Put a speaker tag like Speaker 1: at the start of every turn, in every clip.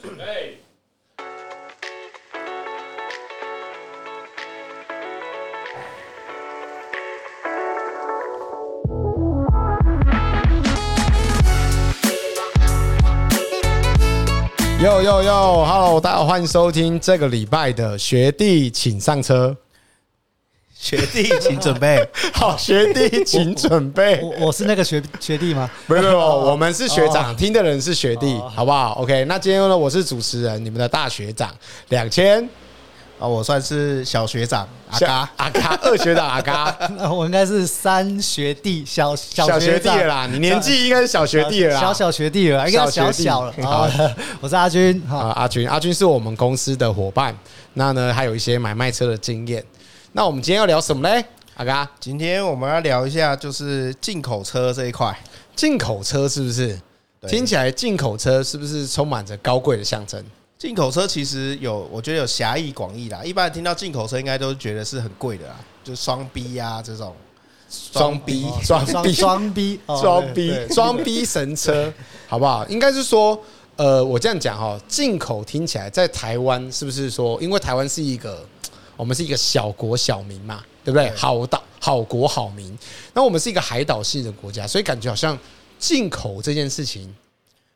Speaker 1: 准备。
Speaker 2: 哟哟哟，Hello，大家好，欢迎收听这个礼拜的学弟请上车。
Speaker 3: 学弟，请准备。
Speaker 2: 好，学弟请准备。
Speaker 4: 我我是那个学学弟吗？
Speaker 2: 没有没有， 我们是学长，听的人是学弟，
Speaker 4: 哦
Speaker 2: 好不好？OK，那今天呢，我是主持人，你们的大学长两千
Speaker 4: 哦
Speaker 3: 啊，我算是小学长阿
Speaker 2: 小
Speaker 3: 嘎，
Speaker 2: 阿嘎二学长阿嘎
Speaker 4: 呃我应该是三学弟，小
Speaker 2: 小学弟
Speaker 4: 长
Speaker 2: 了啦，你年纪应该是小学弟了啦。
Speaker 4: 小小学弟了，应该
Speaker 2: 小
Speaker 4: 小
Speaker 2: 学弟
Speaker 4: 小了。
Speaker 2: 好
Speaker 4: 好， 我是阿军
Speaker 2: 啊、
Speaker 4: 哈。
Speaker 2: 阿军，阿军是我们公司的伙伴，那呢还有一些买卖车的经验。那我们今天要聊什么嘞？阿嘎，
Speaker 3: 今天我们要聊一下就是进口车这一块。
Speaker 2: 进口车是不是？
Speaker 3: 对
Speaker 2: 听起来进口车是不是充满着高贵的象征？
Speaker 3: 进口车其实有，我觉得有狭义广义啦。一般人听到进口车，应该都觉得是很贵的啦，啊就双 B 啊这种。
Speaker 2: 装逼
Speaker 4: 哦，
Speaker 2: 装逼，
Speaker 4: 装逼，哦
Speaker 2: 装逼
Speaker 4: 对，对
Speaker 2: 装逼神车，好不好？应该是说，呃，我这样讲哈，进口听起来在台湾是不是说，因为台湾是一个我们是一个小国小民嘛，对不对？
Speaker 3: 对
Speaker 2: 好岛好国好民，那我们是一个海岛系的国家，所以感觉好像进口这件事情，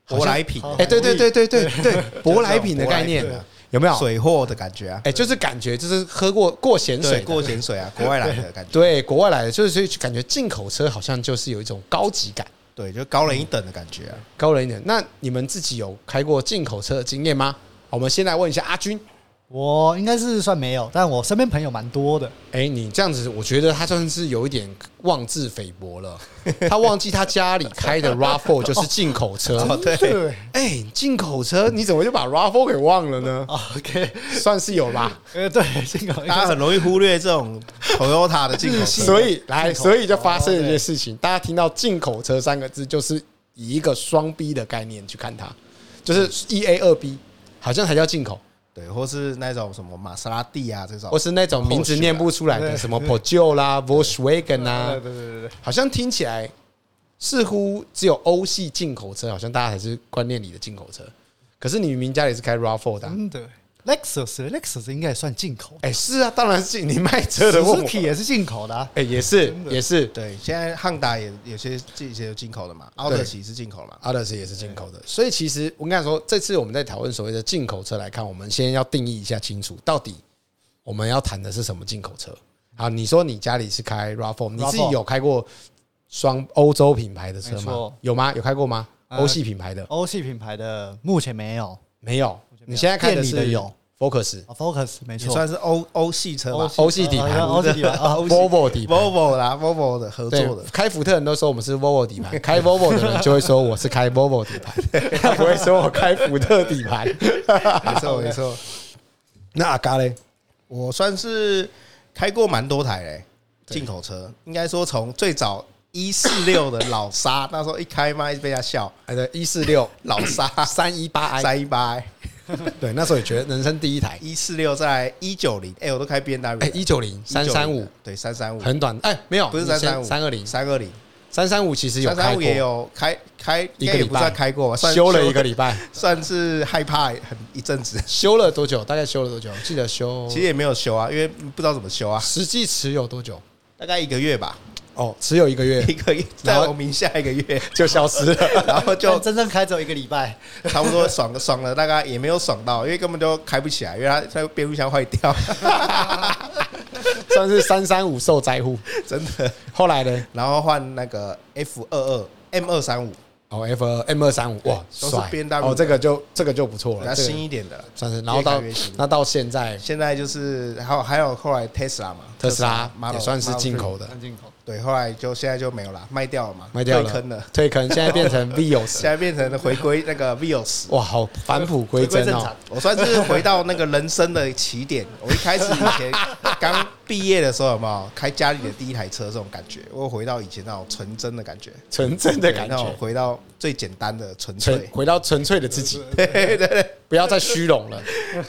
Speaker 2: 好像
Speaker 3: 舶来品
Speaker 4: 好
Speaker 3: 啊，
Speaker 2: 哎，对对对对对对，舶来品的
Speaker 3: 舶来
Speaker 2: 概念
Speaker 3: 品啊
Speaker 2: 有没有？
Speaker 3: 水货的感觉啊，
Speaker 2: 哎，就是感觉就是喝过过咸水
Speaker 3: 对，
Speaker 2: 的
Speaker 3: 过碱水啊，国外来的感觉，
Speaker 2: 对，国外来的，就是所以感觉进口车好像就是有一种高级感，
Speaker 3: 对，就高人一等的感觉啊。
Speaker 2: 高人一点。那你们自己有开过进口车的经验吗？我们先来问一下阿军，
Speaker 4: 我应该是算没有，但我身边朋友蛮多的。
Speaker 2: 哎、你这样子，我觉得他算是有一点妄自菲薄了。他忘记他家里开的 RAV4 就是进口车，
Speaker 3: 哦，对，
Speaker 4: 对
Speaker 2: 哎、进口车你怎么就把 RAV4 给忘了呢？
Speaker 3: 哦
Speaker 4: 哦，OK，
Speaker 2: 算是有吧。
Speaker 4: 呃，对，进
Speaker 2: 哎
Speaker 4: 口
Speaker 3: 大家很容易忽略这 种 Toyota 的进口车，
Speaker 2: 所以来，
Speaker 4: 进口
Speaker 2: 所以就发生了一件
Speaker 4: 哦
Speaker 2: 事情，大家听到“进口车”三个字，就是以一个双 B 的概念去看它，就是 E A 二 B，好像才叫进口，
Speaker 4: 哦
Speaker 3: 对，或是那种什么玛莎拉蒂啊这种
Speaker 2: 或，是那种名字念不出来的，
Speaker 4: 对
Speaker 2: 什么 p o j o 啦、Volkswagen
Speaker 4: 哦对
Speaker 2: 啊，
Speaker 4: 对对对对，
Speaker 2: 好像听起来似乎只有欧系进口车，好像大家才是观念里的进口车。可是你明明家里是开 RAV4 的啊、
Speaker 4: 真的。Lexus，Lexus 应该也算进口
Speaker 2: 哎、是啊，当然是你卖车的问我，
Speaker 4: ，Suzuki 也是进口的啊。
Speaker 2: 哎、也是也是，
Speaker 3: 对，现在汉达也有些这些有进口的嘛，奥特奇是进口嘛，
Speaker 2: 阿德斯也是进口的，所以其实我跟你说，这次我们在讨论所谓的进口车来看，我们先要定义一下清楚，到底我们要谈的是什么进口车啊？你说你家里是开 RAV4，你自己
Speaker 4: RAV4
Speaker 2: 有开过双欧洲品牌的车
Speaker 4: 没
Speaker 2: 吗
Speaker 4: 错？
Speaker 2: 有吗？有开过吗？
Speaker 4: 呃
Speaker 2: 欧系品牌的
Speaker 4: 欧系品牌的目前没有
Speaker 2: 没有，
Speaker 4: 没有
Speaker 2: 你现在开的
Speaker 4: 店
Speaker 2: 是
Speaker 4: 里的有
Speaker 2: Focus、
Speaker 4: 哦，Focus 没
Speaker 3: 也
Speaker 4: 错，
Speaker 3: 算是欧欧系车吧
Speaker 2: 欧系底盘
Speaker 4: 呃欧系底盘啊，
Speaker 2: Volvo 底盘。
Speaker 3: ，Volvo 啦，Volvo 的合
Speaker 2: 对
Speaker 3: 作的，，
Speaker 2: 开福特人都说我们是 Volvo 底盘，开 Volvo 的人就会说我是开 Volvo 底 盘，他不会说我开福特底盘。
Speaker 3: 没错没错。
Speaker 2: 那阿嘎嘞，
Speaker 3: 我算是开过蛮多台嘞，进口车，应该说从最早一四六的老沙， 那时候一开麦被他笑，
Speaker 2: 哎对，一四六
Speaker 3: 老沙
Speaker 2: 三一八 i
Speaker 3: 三一八
Speaker 2: 对，那时候也觉得人生第一台，
Speaker 3: 一四六在一九零，哎，我都开 B N W，
Speaker 2: 哎，一九零三三五，
Speaker 3: 对，三三五，
Speaker 2: 很短，哎，没有，
Speaker 3: 不是三三五，
Speaker 2: 三二零，
Speaker 3: 三二零，
Speaker 2: 三三五其实有
Speaker 3: 三
Speaker 2: 开
Speaker 3: 三五
Speaker 2: 过，
Speaker 3: 也有开开，
Speaker 2: 一
Speaker 3: 应
Speaker 2: 个
Speaker 3: 该也
Speaker 2: 礼
Speaker 3: 不
Speaker 2: 拜
Speaker 3: 算开过吧，算
Speaker 2: 修了一个，礼拜，
Speaker 3: 算是害怕很一阵子。
Speaker 2: 修了多久？大概修了多久？记得修，
Speaker 3: 其实也没有修啊，因为不知道怎么修啊，
Speaker 2: 实际持有多久？
Speaker 3: 大概一个月吧，
Speaker 2: 哦，持有一个 月
Speaker 3: 一个月
Speaker 2: 然
Speaker 3: 在
Speaker 2: 后
Speaker 3: 我名下一个 月，
Speaker 2: 就消失了。
Speaker 3: 然后
Speaker 4: 就
Speaker 3: 就
Speaker 4: 真正开只有一个礼拜，
Speaker 3: 差不多爽了，爽了大概也没有爽到，因为根本就开不起来，因为它它变速箱坏 掉，
Speaker 2: 算是三三五受灾户。
Speaker 3: 真的。
Speaker 2: 后来呢？
Speaker 3: 然后换那个 F 二二 M 二三五，
Speaker 2: 哦，F 二 M 二三五，哇，
Speaker 3: 都是
Speaker 2: 帅
Speaker 3: BMW
Speaker 2: 哦，这个就这个就不错
Speaker 3: 比
Speaker 2: 了，
Speaker 3: 较
Speaker 2: 这个
Speaker 3: 新一点的了。
Speaker 2: 算是。然后到
Speaker 3: 越开越新
Speaker 2: 那到现在，
Speaker 3: 现在就是还有还有后来 Tesla 嘛
Speaker 2: 特斯拉
Speaker 3: Model-
Speaker 2: 也算是
Speaker 3: Model
Speaker 2: 进
Speaker 3: 3
Speaker 2: 口的，
Speaker 4: 算进口。
Speaker 3: 对，后来就现在就没有了，卖掉了嘛，
Speaker 2: 卖掉
Speaker 3: 退坑了，，
Speaker 2: 退坑，现在变 成 Vios，
Speaker 3: 现在变成回归那个 Vios。
Speaker 2: 哇，好返璞归
Speaker 4: 回归
Speaker 2: 真
Speaker 4: 正
Speaker 2: 哦
Speaker 4: 常。
Speaker 3: 我算是回到那个人生的起 点。我一开始以前刚毕业的时候，有没有开家里的第一台车这种感觉？我回到以前那种纯真的感觉，
Speaker 2: 纯真的感
Speaker 3: 那种
Speaker 2: 觉，
Speaker 3: 回到最简单的纯
Speaker 2: 纯
Speaker 3: 粹。
Speaker 2: 回到纯粹的自 己，
Speaker 3: 对 对对
Speaker 2: 不要再虚荣了。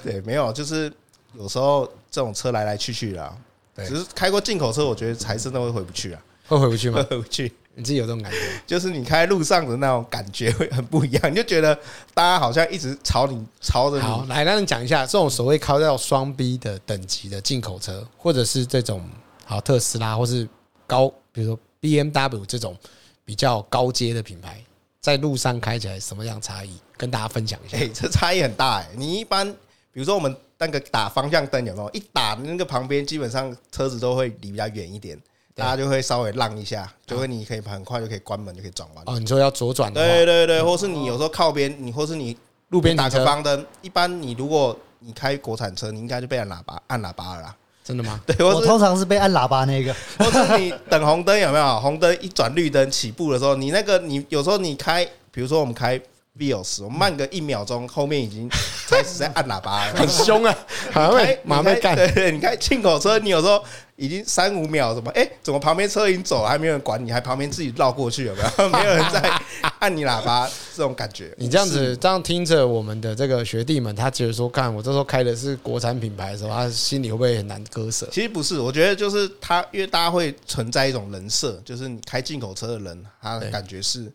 Speaker 3: 对，没有，就是有时候这种车来来去去啦，
Speaker 2: 对
Speaker 3: 只是开过进口车，我觉得才真的会回不去啊。
Speaker 2: 会回不去 吗？
Speaker 3: 回不去，
Speaker 2: 你自己有这种感觉？
Speaker 3: 就是你开路上的那种感觉会很不一样，你就觉得大家好像一直朝你朝着
Speaker 2: 好，
Speaker 3: 你，
Speaker 2: 来，那你讲一下这种所谓靠到双 B 的等级的进口车，或者是这种好特斯拉，或是高，比如说 B M W 这种比较高阶的品牌，在路上开起来什么样差异，跟大家分享一下
Speaker 3: 哎、。这差异很大哎、你一般比如说我们那个打方向灯有没有？一打那个旁边，基本上车子都会离比较远一点，
Speaker 2: 对
Speaker 3: 大家就会稍微让一下，就会你可以很快就可以关门，就可以转弯。
Speaker 2: 哦，你说要左转的话，
Speaker 3: 对对对，或是你有时候靠边，你或是你
Speaker 2: 路边
Speaker 3: 打
Speaker 2: 停车，
Speaker 3: 个方灯，一般你如果你开国产车，你应该就被按喇叭按喇叭了啦。
Speaker 2: 真的吗？
Speaker 3: 对，或
Speaker 4: 我
Speaker 3: 是
Speaker 4: 通常是被按喇叭那个，
Speaker 3: 或是你等红灯有没有？红灯一转绿灯起步的时候，你那个你有时候你开，比如说我们开 Vios，我们慢个一秒钟，后面已经开始在按喇叭了。
Speaker 2: 很凶啊，马
Speaker 3: 开
Speaker 2: 妹，马妹
Speaker 3: 你开
Speaker 2: 干，
Speaker 3: 对对，你开进口车，你有时候已经三五秒，怎么哎、怎么旁边车已经走了，还没有人管你，还旁边自己绕过去，有没有？ 没有人 在按你喇叭，这种感觉。
Speaker 2: 你这样子这样听着我们的这个学弟们，他觉得说，看我这时候开的是国产品牌的时候，他心里会不会很难割舍？
Speaker 3: 其实不是，我觉得就是他，因为大家会存在一种人设，就是你开进口车的人，他的
Speaker 2: 对
Speaker 3: 感觉是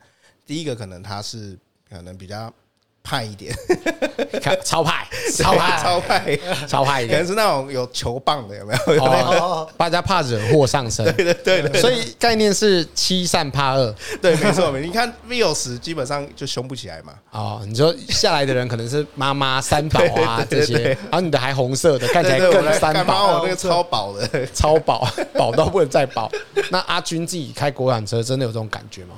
Speaker 3: 第一个，可能他是可能比较派一点，
Speaker 2: 看 超 派，超派，
Speaker 3: 超派，
Speaker 2: 超派一
Speaker 3: 可能
Speaker 2: 点，
Speaker 3: 是那种有球棒的，有 没有？
Speaker 2: 哦，大家怕惹祸上身，
Speaker 3: 对对对
Speaker 2: 所以概念是欺善怕恶
Speaker 3: 对，没错，没错你看 Vios 基本上就凶不起来嘛，
Speaker 2: 哦。你说下来的人可能是妈 妈、三宝啊
Speaker 3: 对
Speaker 2: 这
Speaker 3: 对对
Speaker 2: 些，
Speaker 3: 对
Speaker 2: 然后你的还红色的，看起来
Speaker 3: 对对我
Speaker 2: 更
Speaker 3: 来
Speaker 2: 三
Speaker 3: 干嘛？
Speaker 2: 宝、
Speaker 3: 我那个超薄的，
Speaker 2: 超宝， 宝到不能再宝。那阿军自己开国产车，真的有这种感觉吗？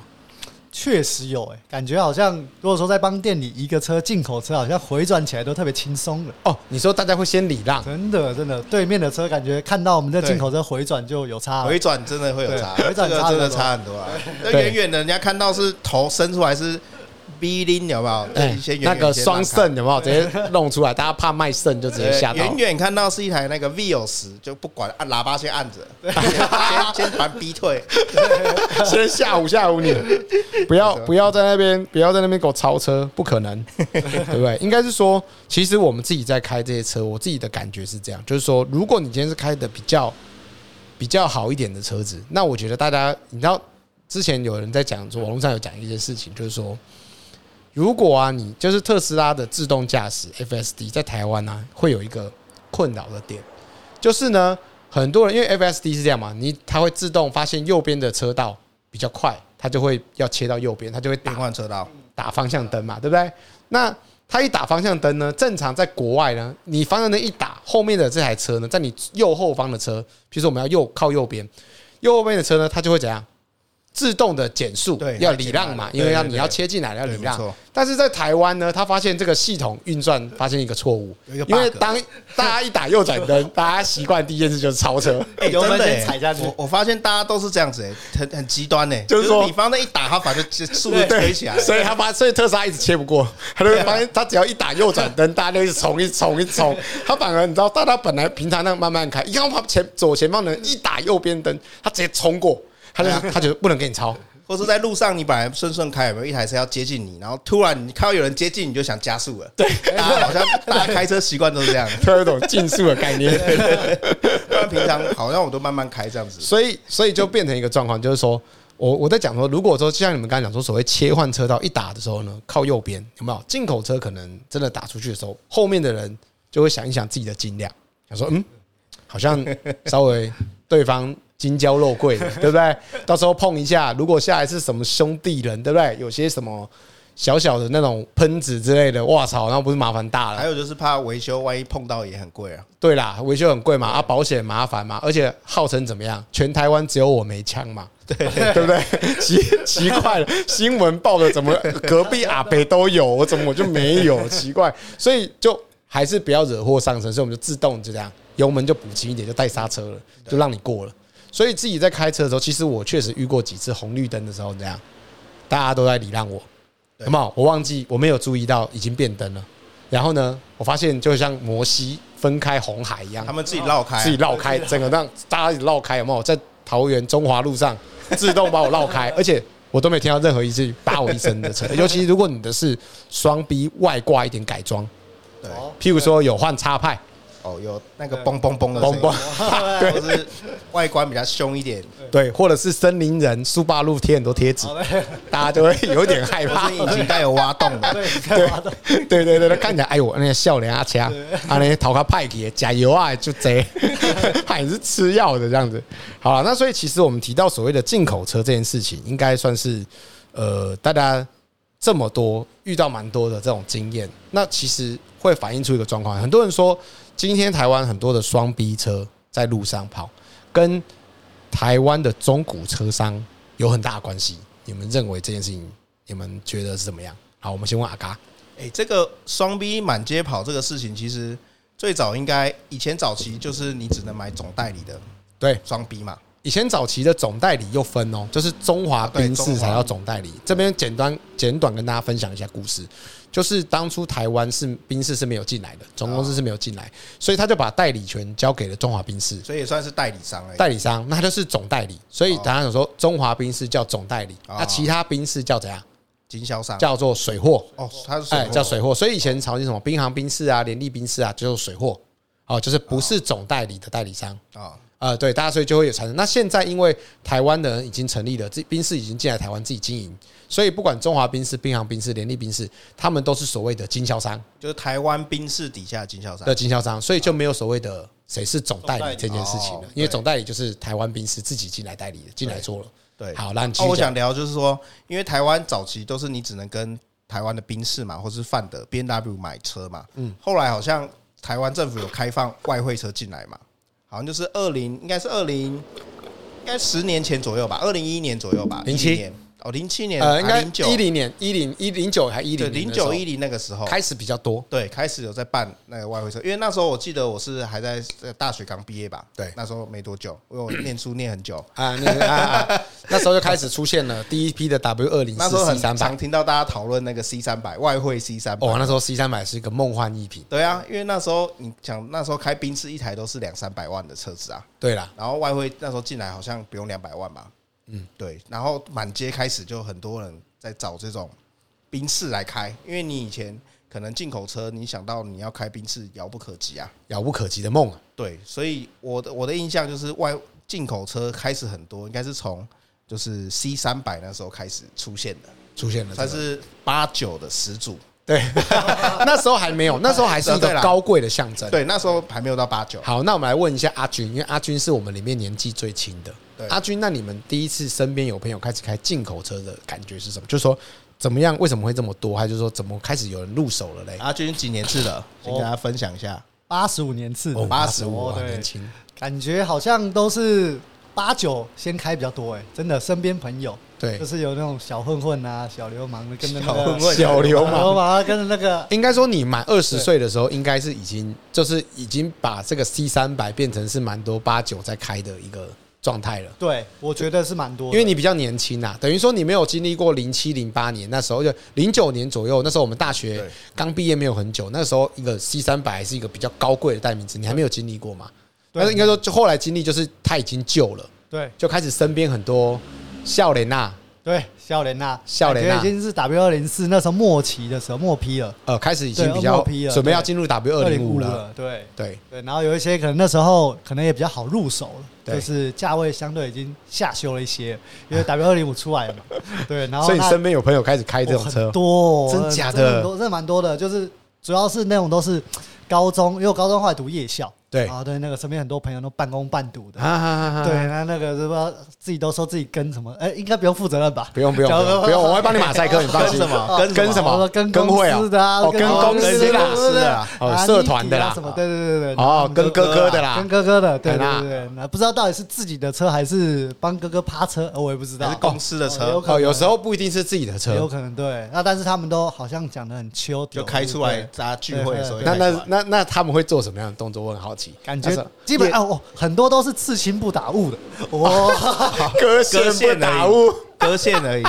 Speaker 4: 确实有哎、感觉好像如果说在帮店里一个车进口车，好像回转起来都特别轻松了。
Speaker 2: 哦，你说大家会先礼让，
Speaker 4: 真的真的，对面的车感觉看到我们的
Speaker 3: 对
Speaker 4: 进口车回转就有差了
Speaker 3: 回。转真的会有差，
Speaker 4: 对回转
Speaker 3: 这个
Speaker 4: 差
Speaker 3: 真的
Speaker 4: 很多
Speaker 3: 差很多啊。那
Speaker 2: 对
Speaker 3: 远远的人家看到是头伸出来是 V 零，有没有？就
Speaker 2: 哎
Speaker 3: 一些，远
Speaker 2: 那
Speaker 3: 远
Speaker 2: 个
Speaker 3: 先
Speaker 2: 双
Speaker 3: 让开
Speaker 2: 肾有没有直接弄出来？大家怕卖肾就直接吓到
Speaker 3: 远。远看到是一台那个 Vios，就不管按喇叭 先按着，先先把它逼退。
Speaker 2: 先吓唬吓唬你， 不要不要在那边不要在那边给我超车，不可能，对不对？应该是说，其实我们自己在开这些车，我自己的感觉是这样，就是说，如果你今天是开的比较比较好一点的车子，那我觉得大家，你知道之前有人在讲说，网络上有讲一些事情，就是说，如果啊，你就是特斯拉的自动驾驶 FSD 在台湾呢、啊，会有一个困扰的点，就是呢，很多人因为 FSD 是这样嘛，你它会自动发现右边的车道比较快，它就会要切到右边，它就会
Speaker 3: 变
Speaker 2: 打
Speaker 3: 换车道，
Speaker 2: 打方向灯嘛，对不对？那它一打方向灯呢，正常在国外呢，你方向灯一打，后面的这台车呢，在你右后方的车，比如说我们要右靠右边，右后边的车呢，它就会怎样？自动的减速
Speaker 3: 对，
Speaker 2: 要礼让嘛，
Speaker 3: 它减慢
Speaker 2: 因为要
Speaker 3: 对对
Speaker 2: 你
Speaker 3: 对
Speaker 2: 要切进来要
Speaker 3: 对
Speaker 2: 礼
Speaker 3: 没
Speaker 2: 让
Speaker 3: 错。
Speaker 2: 但是在台湾呢，他发现这个系统运算发现一个错误，
Speaker 3: 有一个
Speaker 2: 因为
Speaker 3: bug
Speaker 2: 当大家一打右转 灯，大家习惯第一件事就是超车，
Speaker 3: 哎
Speaker 4: 油门
Speaker 3: 真的
Speaker 4: 先
Speaker 3: 哎
Speaker 4: 踩下去
Speaker 3: 我我发现大家都是这样子，哎，很很极端呢。
Speaker 2: 就是说
Speaker 3: 你方那一打，他反正就速度推起来。
Speaker 2: 所以他发，所以特斯拉一直切不过，他就会发现他只要一打右转灯，大家就一直冲，一直冲，一直冲。他反而你知道，大家本来平常那样慢慢开，一看他前左前方的人一打右边灯，他直接冲过，他就是他觉得不能给你 超，
Speaker 3: 或是在路上，你本来顺顺开，有没有一台车要接近你，然后突然你看到有人接近，你就想加速了。对，大家好像大家开车习惯都是 这样，
Speaker 2: 他有一种竞速的概念。
Speaker 3: 不然平常好像我都慢慢开这样子。
Speaker 2: 所以所以就变成一个状况，就是说我我在讲说，如果说就像你们刚才讲说，所谓切换车道一打的时候呢，靠右边有没有进口车可能真的打出去的时候，后面的人就会想一想自己的斤两，想说嗯，好像稍微对方。金交肉桂的，对不对？ 到时候碰一下，如果下来是什么兄弟人，对不对？有些什么小小的那种喷子之类的，哇操，那不是麻烦大了
Speaker 3: 还？有就是怕维修，万一碰到也很贵啊。
Speaker 2: 对啦，维修很贵嘛，啊，保险麻烦嘛，而且号称怎么样，全台湾只有我没枪嘛， 对对不对？奇奇怪了，新闻报的怎么隔壁阿北都有，我怎么我就没有？奇怪，所以就还是不要惹祸上身，所以我们就自动就这样，油门就补轻一点，就带刹车了，就让你过了。所以自己在开车的时候，其实我确实遇过几次红绿灯的时候，这样大家都在礼让我，
Speaker 3: 对
Speaker 2: 有没有？我忘记我没有注意到已经变灯了。然后呢，我发现就像摩西分开红海一样
Speaker 3: 他，们自己绕开啊，
Speaker 2: 自己绕开，整个让大家一起绕开，有没有？在桃园中华路 上自动把我绕开，而且我都没听到任何一句打我一声的 车。尤其如果你的是双 B 外挂一点改装，
Speaker 3: 对，
Speaker 2: 譬如说有换叉派，
Speaker 3: 哦，有那个嘣嘣嘣的
Speaker 2: 嘣嘣，
Speaker 3: 对，或是外观比较凶一点，
Speaker 2: 对，或者是森林人、苏巴路贴很多贴纸，
Speaker 4: 好嘞，
Speaker 2: 大家就会有点害
Speaker 3: 或
Speaker 2: 怕
Speaker 3: 是。引擎盖有挖洞啊的，
Speaker 4: 对，干嘛的？
Speaker 2: 对对对对，看起来哎呦，那个笑脸阿掐，啊那头壳派给加油啊，就贼， 他也是吃药的这样子。好了，那所以其实我们提到所谓的进口车这件事情，应该算是呃大家这么多遇到蛮多的这种经验，那其实会反映出一个状况。很多人说，今天台湾很多的双 B 车在路上跑，跟台湾的中古车商有很大的关系。你们认为这件事情，你们觉得是怎么样？好，我们先问阿嘎。
Speaker 3: 哎、这个双 B 满街跑这个事情，其实最早应该以前早期就是你只能买总代理的
Speaker 2: 对，
Speaker 3: 双 B 嘛，
Speaker 2: 以前早期的总代理又分哦，就是中华宾士才叫总代理。这边简单简短跟大家分享一下故事，就是当初台湾是宾士是没有进来的，总公司是没有进来，所以他就把代理权交给了中华宾士
Speaker 3: 所以也算是代理商而已。
Speaker 2: 代理商，那他就是总代理。所以大家想说，中华宾士叫总代理，
Speaker 3: 哦
Speaker 2: 那其他宾士叫怎样？
Speaker 3: 经销商
Speaker 2: 叫做水货。
Speaker 3: 哦，他是
Speaker 2: 哎，
Speaker 3: 货
Speaker 2: 叫水货。所以以前朝鲜什么宾航宾士啊、联利宾士啊，就是水货哦，就是不是总代理的代理商。
Speaker 3: 啊，
Speaker 2: 呃，对，大家所以就会有产生。那现在因为台湾的人已经成立了，这宾士已经进来台湾自己经营，所以不管中华宾士、宾航宾士、联利宾士，他们都是所谓的经销商
Speaker 3: 就是台湾宾士底下的经销商
Speaker 2: 的。经销商，所以就没有所谓的谁是总代理这件事情
Speaker 3: 哦
Speaker 2: 了，因为
Speaker 3: 对
Speaker 2: 总代理就是台湾宾士自己进来代理的，进来做了。
Speaker 3: 对，
Speaker 2: 好，那你继
Speaker 3: 哦，
Speaker 2: 续
Speaker 3: 我
Speaker 2: 讲
Speaker 3: 想。聊就是说，因为台湾早期都是你只能跟台湾的宾士嘛，或是范德 B N W 买车嘛。嗯，后来好像台湾政府有开放外汇车进来嘛，好像就是二零，应该是二零，应该十年前左右吧，二零一一年左右吧，
Speaker 2: 07
Speaker 3: 10年哦，零七年
Speaker 2: 呃，应该
Speaker 3: 零九
Speaker 2: 一零年、一零一零九还一
Speaker 3: 对
Speaker 2: 零
Speaker 3: 零九一零那个时候。
Speaker 2: 开始比较多，
Speaker 3: 对，开始有在办那个外汇车，因为那时候我记得我是还在呃大学刚毕业吧，
Speaker 2: 对
Speaker 3: 那时候没多久，因为我念书念很久，
Speaker 2: 啊，那个啊啊啊那时候就开始出现了第一批的 W 二零
Speaker 3: 那时候
Speaker 2: 四 C
Speaker 3: 很
Speaker 2: 三百
Speaker 3: 常，听到大家讨论那个 C 三百外汇 C 三百，
Speaker 2: 哦，那时候 C 三百是一个梦幻一品。
Speaker 3: 对啊，因为那时候你想，那时候开宾士一台都是两三百万的车子啊，
Speaker 2: 对啦，
Speaker 3: 然后外汇那时候进来好像不用两百万吧，嗯，对，然后满街开始就很多人在找这种宾士来开，因为你以前可能进口车，你想到你要开宾士遥不可及啊，
Speaker 2: 遥不可及的梦啊。
Speaker 3: 对，所以我的我的印象就是外进口车开始很多，应该是从就是 C 三百那时候开始出现的，
Speaker 2: 出现了、这
Speaker 3: 它
Speaker 2: 个
Speaker 3: 是八九的始祖，
Speaker 2: 对， 那时候还没有，那时候还是一
Speaker 3: 对
Speaker 2: 个
Speaker 3: 啦
Speaker 2: 高贵的象征。
Speaker 3: 对，那时候还没有到八九，
Speaker 2: 好，那我们来问一下阿军，因为阿军是我们里面年纪最轻的。
Speaker 3: 对
Speaker 2: 阿军，那你们第一次身边有朋友开始开进口车的感觉是什么？就是说怎么样，为什么会这么多？还是说怎么开始有人入手了嘞？
Speaker 3: 阿军几年次了，哦先跟大家分享一下。
Speaker 4: 八十五年
Speaker 3: 嗯
Speaker 4: 次的，
Speaker 2: 85啊，
Speaker 4: 对
Speaker 2: 年轻。
Speaker 4: 感觉好像都是八九先开比较多哎、真的身边朋友
Speaker 2: 对
Speaker 4: 就，是有那种小混混啊、小流氓的，跟着那个
Speaker 3: 小混混
Speaker 2: 小流
Speaker 4: 小流
Speaker 2: 氓。
Speaker 4: 氓啊跟着那个
Speaker 2: 应该说，你满二十岁的时候，应该是已经就是已经把这个 C 三百变成是蛮多八九在开的一个状态了。
Speaker 4: 对，我觉得是蛮多的，
Speaker 2: 因为你比较年轻啊，等于说你没有经历过零七零八年那时候，就零九年左右，那时候我们大学
Speaker 3: 对
Speaker 2: 刚毕业没有很久，那时候一个 C 三百是一个比较高贵的代名词，你还没有经历过嘛？
Speaker 4: 对
Speaker 2: 呃但是应该说，就后来经历就是它已经旧了，
Speaker 4: 对
Speaker 2: 就开始身边很多啊笑脸呐，
Speaker 4: 对笑脸呐，
Speaker 2: 笑脸啊
Speaker 4: 感觉已经是 W 二零四那时候末期的时候末批了，
Speaker 2: 呃，开始已经
Speaker 4: 对
Speaker 2: 比较
Speaker 4: 二批了
Speaker 2: 准备要进入 W 二零五
Speaker 4: 205
Speaker 2: 了，，
Speaker 4: 对
Speaker 2: 对
Speaker 4: 对，然后有一些可能那时候可能也比较好入手了，
Speaker 2: 对
Speaker 4: 就是价位相对已经下修了一些，因为 W 二零五出 来了嘛，对，然后
Speaker 2: 所以你
Speaker 4: 那
Speaker 2: 身边有朋友开始开这
Speaker 4: 哦
Speaker 2: 种
Speaker 4: 很
Speaker 2: 车，
Speaker 4: 多哦、
Speaker 2: 真假的
Speaker 4: 很多，真的蛮多的。就是主要是那种都是高中，因为我高中后来读夜校，
Speaker 2: 对
Speaker 4: 啊，对，那个身边很多朋友都半工半读的，
Speaker 2: 啊啊啊啊啊
Speaker 4: 对，那那个是不知道自己都说自己跟什么，哎、应该不用负责任吧？
Speaker 2: 不用不用不用不用，我会帮你马 赛克，你放心。
Speaker 3: 跟什么跟
Speaker 2: 跟什
Speaker 4: 我说
Speaker 2: 么？
Speaker 4: 哦跟
Speaker 2: 跟
Speaker 4: 公
Speaker 2: 会啊
Speaker 4: 司的啊，
Speaker 2: 哦，跟公司
Speaker 3: 的
Speaker 2: 的
Speaker 3: 啊
Speaker 2: 啊。
Speaker 3: 公司的啊
Speaker 2: 哦
Speaker 4: 啊
Speaker 2: 社团的啦
Speaker 4: Nike 啊什么，对对对对，
Speaker 2: 哦，跟
Speaker 4: 哥
Speaker 2: 哥
Speaker 4: 啊
Speaker 2: 哥的啦哎
Speaker 4: 跟，哥哥的，对
Speaker 2: 对啦
Speaker 4: 对对对，那不知道到底是自己的车还是帮哥哥趴车，呃我也不知
Speaker 3: 还
Speaker 4: 道
Speaker 3: 是。公司的
Speaker 4: 哦
Speaker 3: 车
Speaker 4: 有，可能
Speaker 2: 哦，有时候不一定是自己的
Speaker 4: 有
Speaker 2: 车。
Speaker 4: 可能对，那但是他们都好像讲的很秋，
Speaker 3: 就开出来大家聚会的时候就
Speaker 2: 那
Speaker 3: 开出来，
Speaker 2: 那那那他们会做什么样的动作？我很好奇。
Speaker 4: 感
Speaker 2: 那
Speaker 4: 觉
Speaker 2: 是
Speaker 4: 基本
Speaker 2: 也
Speaker 4: 啊，哦，很多都是刺青不 打雾的，哦哇，
Speaker 2: 啊割
Speaker 3: 割
Speaker 2: 线
Speaker 3: 线
Speaker 2: 不打雾。
Speaker 3: 割线而已，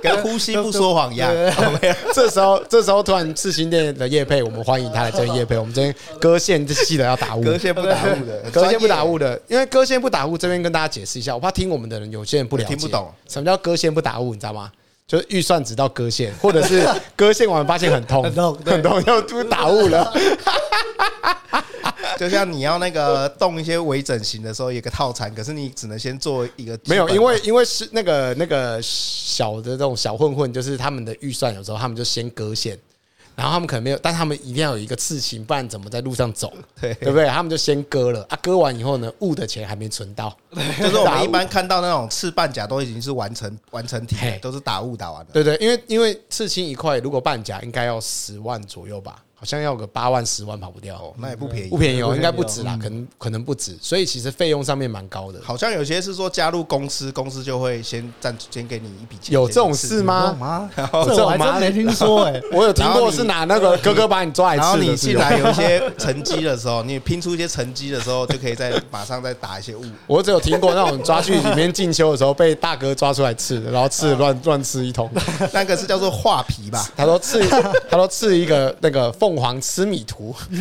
Speaker 3: 跟呼吸不说谎一样。
Speaker 4: 对
Speaker 2: 这时候这时候突然刺青店的叶配，我们欢迎他来这里叶配。我们这边割线记得要打雾，
Speaker 3: 割线不打雾的，
Speaker 2: 割线不打雾的，因为割线不打雾这边跟大家解释一下，我怕听我们的人有些人不了解，
Speaker 3: 听不懂
Speaker 2: 什么叫割线不打雾，你知道吗？就是预算只到割线，或者是割线完发现很痛，
Speaker 4: 很痛 对
Speaker 2: 很痛，要都打雾了。
Speaker 3: 就像你要那个动一些微整形的时候，有一个套餐，可是你只能先做一个基
Speaker 2: 没
Speaker 3: 本的，
Speaker 2: 有，因为因为是那个那个小的这种小混混，就是他们的预算有时候他们就先割线，然后他们可能没有，但他们一定要有一个刺青，不然怎么在路上走？
Speaker 3: 对
Speaker 2: 对不对？他们就先割了啊，割完以后呢，雾的钱还没存到，
Speaker 3: 就是我们一般看到那种刺半甲都已经是完成完成体了
Speaker 2: 嘿，
Speaker 3: 都是打雾打完了。
Speaker 2: 对对，因为因为刺青一块，如果半价应该要十万左右吧，好像要个八万十万跑不掉，
Speaker 3: 哦，那也不便
Speaker 2: 不
Speaker 3: 宜。
Speaker 2: 便宜
Speaker 4: 不
Speaker 2: 哦，
Speaker 4: 便宜
Speaker 2: 应该不止啦，可能可能不止，所以其实费用上面蛮高的。
Speaker 3: 好像有些是说加入公司，公司就会先赞助，先给你一笔钱。
Speaker 2: 有这种
Speaker 3: 先
Speaker 2: 事
Speaker 4: 懂
Speaker 2: 吗？
Speaker 4: 吗？
Speaker 2: 后
Speaker 4: 这我还真没听说哎、
Speaker 2: 我有听
Speaker 3: 然后
Speaker 2: 过
Speaker 3: 你
Speaker 2: 是拿那个哥哥把你抓来
Speaker 3: 然后
Speaker 2: 刺
Speaker 3: 你
Speaker 2: 的是
Speaker 3: 进
Speaker 2: 有，
Speaker 3: 来有一些成绩的时候，你拼出一些成绩的时候，就可以再马上再 打一些雾。
Speaker 2: 我只有听过那种抓去里面进修的时候被大哥抓出来刺，然后刺得乱乱吃一通。
Speaker 3: 那个是叫做画 皮吧？
Speaker 2: 他说刺，他说刺一个那个凤凰吃米图。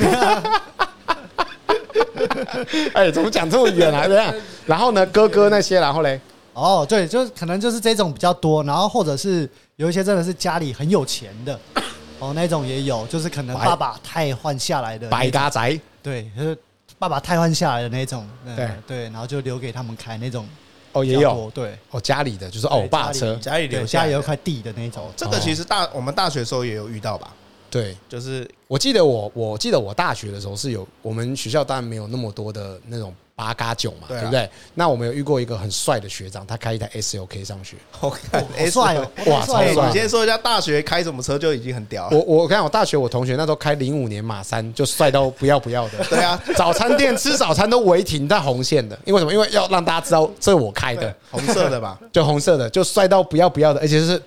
Speaker 2: 哎，怎么讲这么远啊？这样，然后呢，哥哥那些，然后嘞，
Speaker 4: 哦，对，就是可能就是这种比较多，然后或者是有一些真的是家里很有钱的， 哦，那种也有，就是可能
Speaker 2: 白
Speaker 4: 爸爸太换下来的那
Speaker 2: 百
Speaker 4: 种，
Speaker 2: 嘎宅，
Speaker 4: 对，就是爸爸太换下来的那种，嗯
Speaker 2: 对
Speaker 4: 对，然后就留给他们开那种
Speaker 2: 哦，
Speaker 4: 比
Speaker 2: 也
Speaker 4: 较
Speaker 2: 有
Speaker 4: 多，对，
Speaker 2: 哦，家里的就是哦，
Speaker 4: 对
Speaker 2: 我爸的车，
Speaker 4: 哎家里
Speaker 3: 家里留
Speaker 4: 对，家
Speaker 3: 下来
Speaker 4: 里
Speaker 3: 的
Speaker 4: 有块地的那种，
Speaker 3: 这个其实大我们大学的时候也有遇到吧，
Speaker 2: 对。
Speaker 3: 就是
Speaker 2: 我记得我，我记得我大学的时候是有我们学校当然没有那么多的那种八嘎囧嘛，
Speaker 3: 对啊
Speaker 2: 对不对？那我们有遇过一个很帅的学长，他开一台 SLK 上学，
Speaker 3: 我看
Speaker 4: 好帅哦，
Speaker 2: 哇
Speaker 4: 好
Speaker 2: 超
Speaker 4: 帅
Speaker 2: 帅哦
Speaker 4: 哦
Speaker 3: 哎你，先说一下大学开什么车就已经很屌
Speaker 2: 我
Speaker 3: 了。
Speaker 2: 我看我大学我同学那时候开零五年马三，就帅到不要不要的。
Speaker 3: 对啊，
Speaker 2: 早餐店吃早餐都违停在红线的，因为什么？因为要让大家知道这是我开的，
Speaker 3: 红色的吧，
Speaker 2: 就红色的，就帅到不要不要的，而且是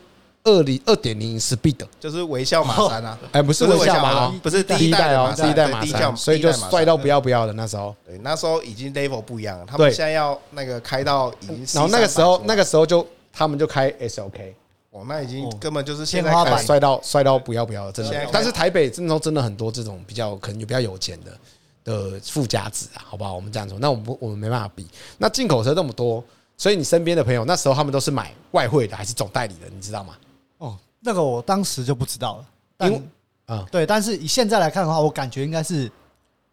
Speaker 2: 二零二点零 speed 的，
Speaker 3: 就是微笑马三啊，
Speaker 2: 哎，不是
Speaker 3: 不
Speaker 2: 微
Speaker 3: 是微
Speaker 2: 笑
Speaker 3: 笑
Speaker 2: 吧？
Speaker 3: 马
Speaker 2: 哦
Speaker 3: 不是
Speaker 2: 第
Speaker 3: 第一代
Speaker 2: 代
Speaker 3: 的
Speaker 2: 哦，
Speaker 3: 马
Speaker 2: 第一代马
Speaker 3: 对第一代
Speaker 2: 三，
Speaker 3: 马
Speaker 2: 所以就
Speaker 3: 三
Speaker 2: 帅到不要不要的那时候。
Speaker 3: 对，嗯那时候已经 level 不一样了，他
Speaker 2: 对
Speaker 3: 们现在要那个开到已经 C300
Speaker 2: 然后那个时
Speaker 3: 左
Speaker 2: 候
Speaker 3: 右，
Speaker 2: 那个时候就他们就开 SLK，
Speaker 3: 哦，那已经
Speaker 4: 哦
Speaker 3: 根本就是现在
Speaker 4: 天花
Speaker 2: 哎
Speaker 4: 板
Speaker 3: 开
Speaker 2: 帅到帅到不要不要的，真
Speaker 3: 现在
Speaker 2: 的
Speaker 3: 开。
Speaker 2: 但是台北那时候真的很多这种比较可能比较有钱的的附加值啊，好不好？我们这样说，那我们不我们没办法比。那进口车那么多，所以你身边的朋友那时候他们都是买外汇的还是总代理的，你知道吗？
Speaker 4: 哦，那个我当时就不知道了，
Speaker 2: 因为
Speaker 4: 但
Speaker 2: 啊，
Speaker 4: 对，但是以现在来看的话，我感觉应该是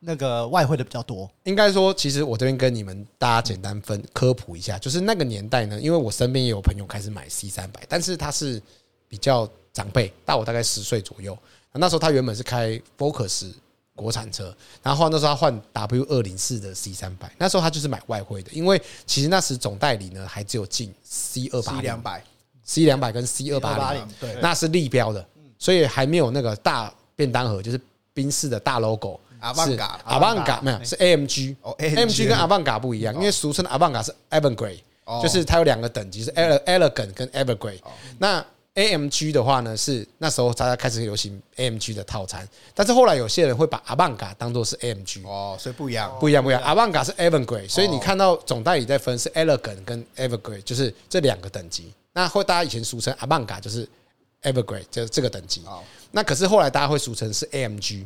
Speaker 4: 那个外汇的比较多，
Speaker 2: 应该说，其实我这边跟你们大家简单分科普一下，就是那个年代呢，因为我身边也有朋友开始买 C 三百，但是他是比较长辈，大我大概十岁左右。那时候他原本是开 Focus 国产车，然后那时候他换 W 二零四的 C 三百，那时候他就是买外汇的，因为其实那时总代理呢还只有进 C 二八
Speaker 3: C 两
Speaker 2: 零、
Speaker 3: 百，
Speaker 2: C 两百跟 C 二八零，啊
Speaker 4: 对，
Speaker 2: 那是立标的，所以还没有那个大便当盒，就是宾士的大 logo。是
Speaker 3: Avantgarde
Speaker 2: a v a n g a 没有
Speaker 4: 哎
Speaker 2: 是 AMG
Speaker 3: 哦
Speaker 2: AMG
Speaker 3: AMG
Speaker 2: 跟 a v a n g a 不一样，因为俗称 a v a n g a 是 Evergrey，
Speaker 3: 哦
Speaker 2: 就是它有两个等级是 ele- Elegant 跟 Evergrey。那 AMG 的话呢，是那时候大家开始流行 AMG 的套餐，但是后来有些人会把 a v a n g a 当做是 AMG，
Speaker 3: 哦，所以不一样，
Speaker 2: 不一样不一样 a v a n g a 是
Speaker 3: 哦
Speaker 2: Evergrey，所以你看到总代理在分是 Elegant 跟 Evergrey，就是这两个等级。那会大家以前俗称 a v a n g a 就是 Evergrey，就是这个等级。
Speaker 3: 哦
Speaker 2: 那可是后来大家会俗称是 AMG。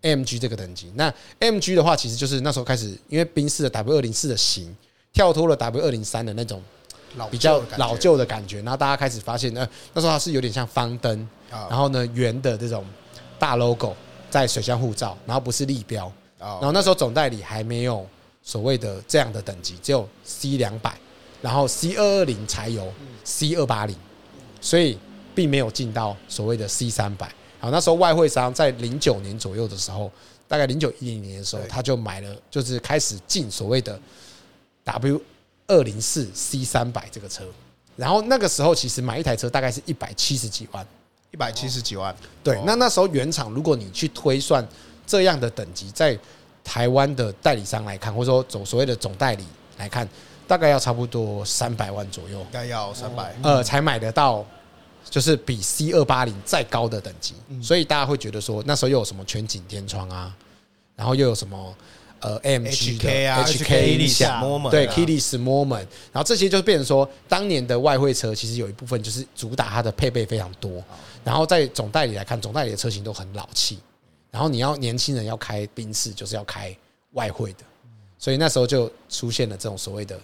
Speaker 2: AMG 这个等级，那 AMG 的话，其实就是那时候开始，因为宾士的 W 二零四的型跳脱了 W 二零三的那种
Speaker 3: 老
Speaker 2: 比较
Speaker 3: 旧的感觉
Speaker 2: 老旧的感觉，然后大家开始发现，呃，那时候它是有点像方灯，
Speaker 3: 啊
Speaker 2: 然后呢圆的这种大 logo 在水箱护罩，然后不是立标，然
Speaker 3: 哦，
Speaker 2: 后那时候总代理还没有所谓的这样的等级，只有 C 两百，然后 C 二二零柴油，C
Speaker 3: 嗯
Speaker 2: 二八零，所以并没有进到所谓的 C 三百。好，那时候外汇商在零九年左右的时候，大概零九一零年的时候，
Speaker 3: 对
Speaker 2: 他就买了，就是开始进所谓的 W 二零四 C 三百这个车。然后那个时候其实买一台车大概是一百七十几万，
Speaker 3: 一百七十几万，
Speaker 2: 对
Speaker 3: 哦，
Speaker 2: 那那时候原厂，如果你去推算这样的等级，在台湾的代理商来看，或者说总所谓的总代理来看，大概要差不多三百万左右
Speaker 3: 应，该要三百，
Speaker 2: 呃，才买得到，就是比 C 二八零再高的等级。所以大家会觉得说，那时候又有什么全景天窗啊，然后又有什么呃 MG 的
Speaker 3: HK 啊
Speaker 2: HK 音响。
Speaker 4: 啊
Speaker 3: Moment
Speaker 2: 对
Speaker 3: 啊
Speaker 2: k i l i s Moment，然后这些就变成说，当年的外汇车其实有一部分就是主打它的配备非常多，然后在总代理来看，总代理的车型都很老气，然后你要年轻人要开宾士，就是要开外汇的，所以那时候就出现了这种所谓的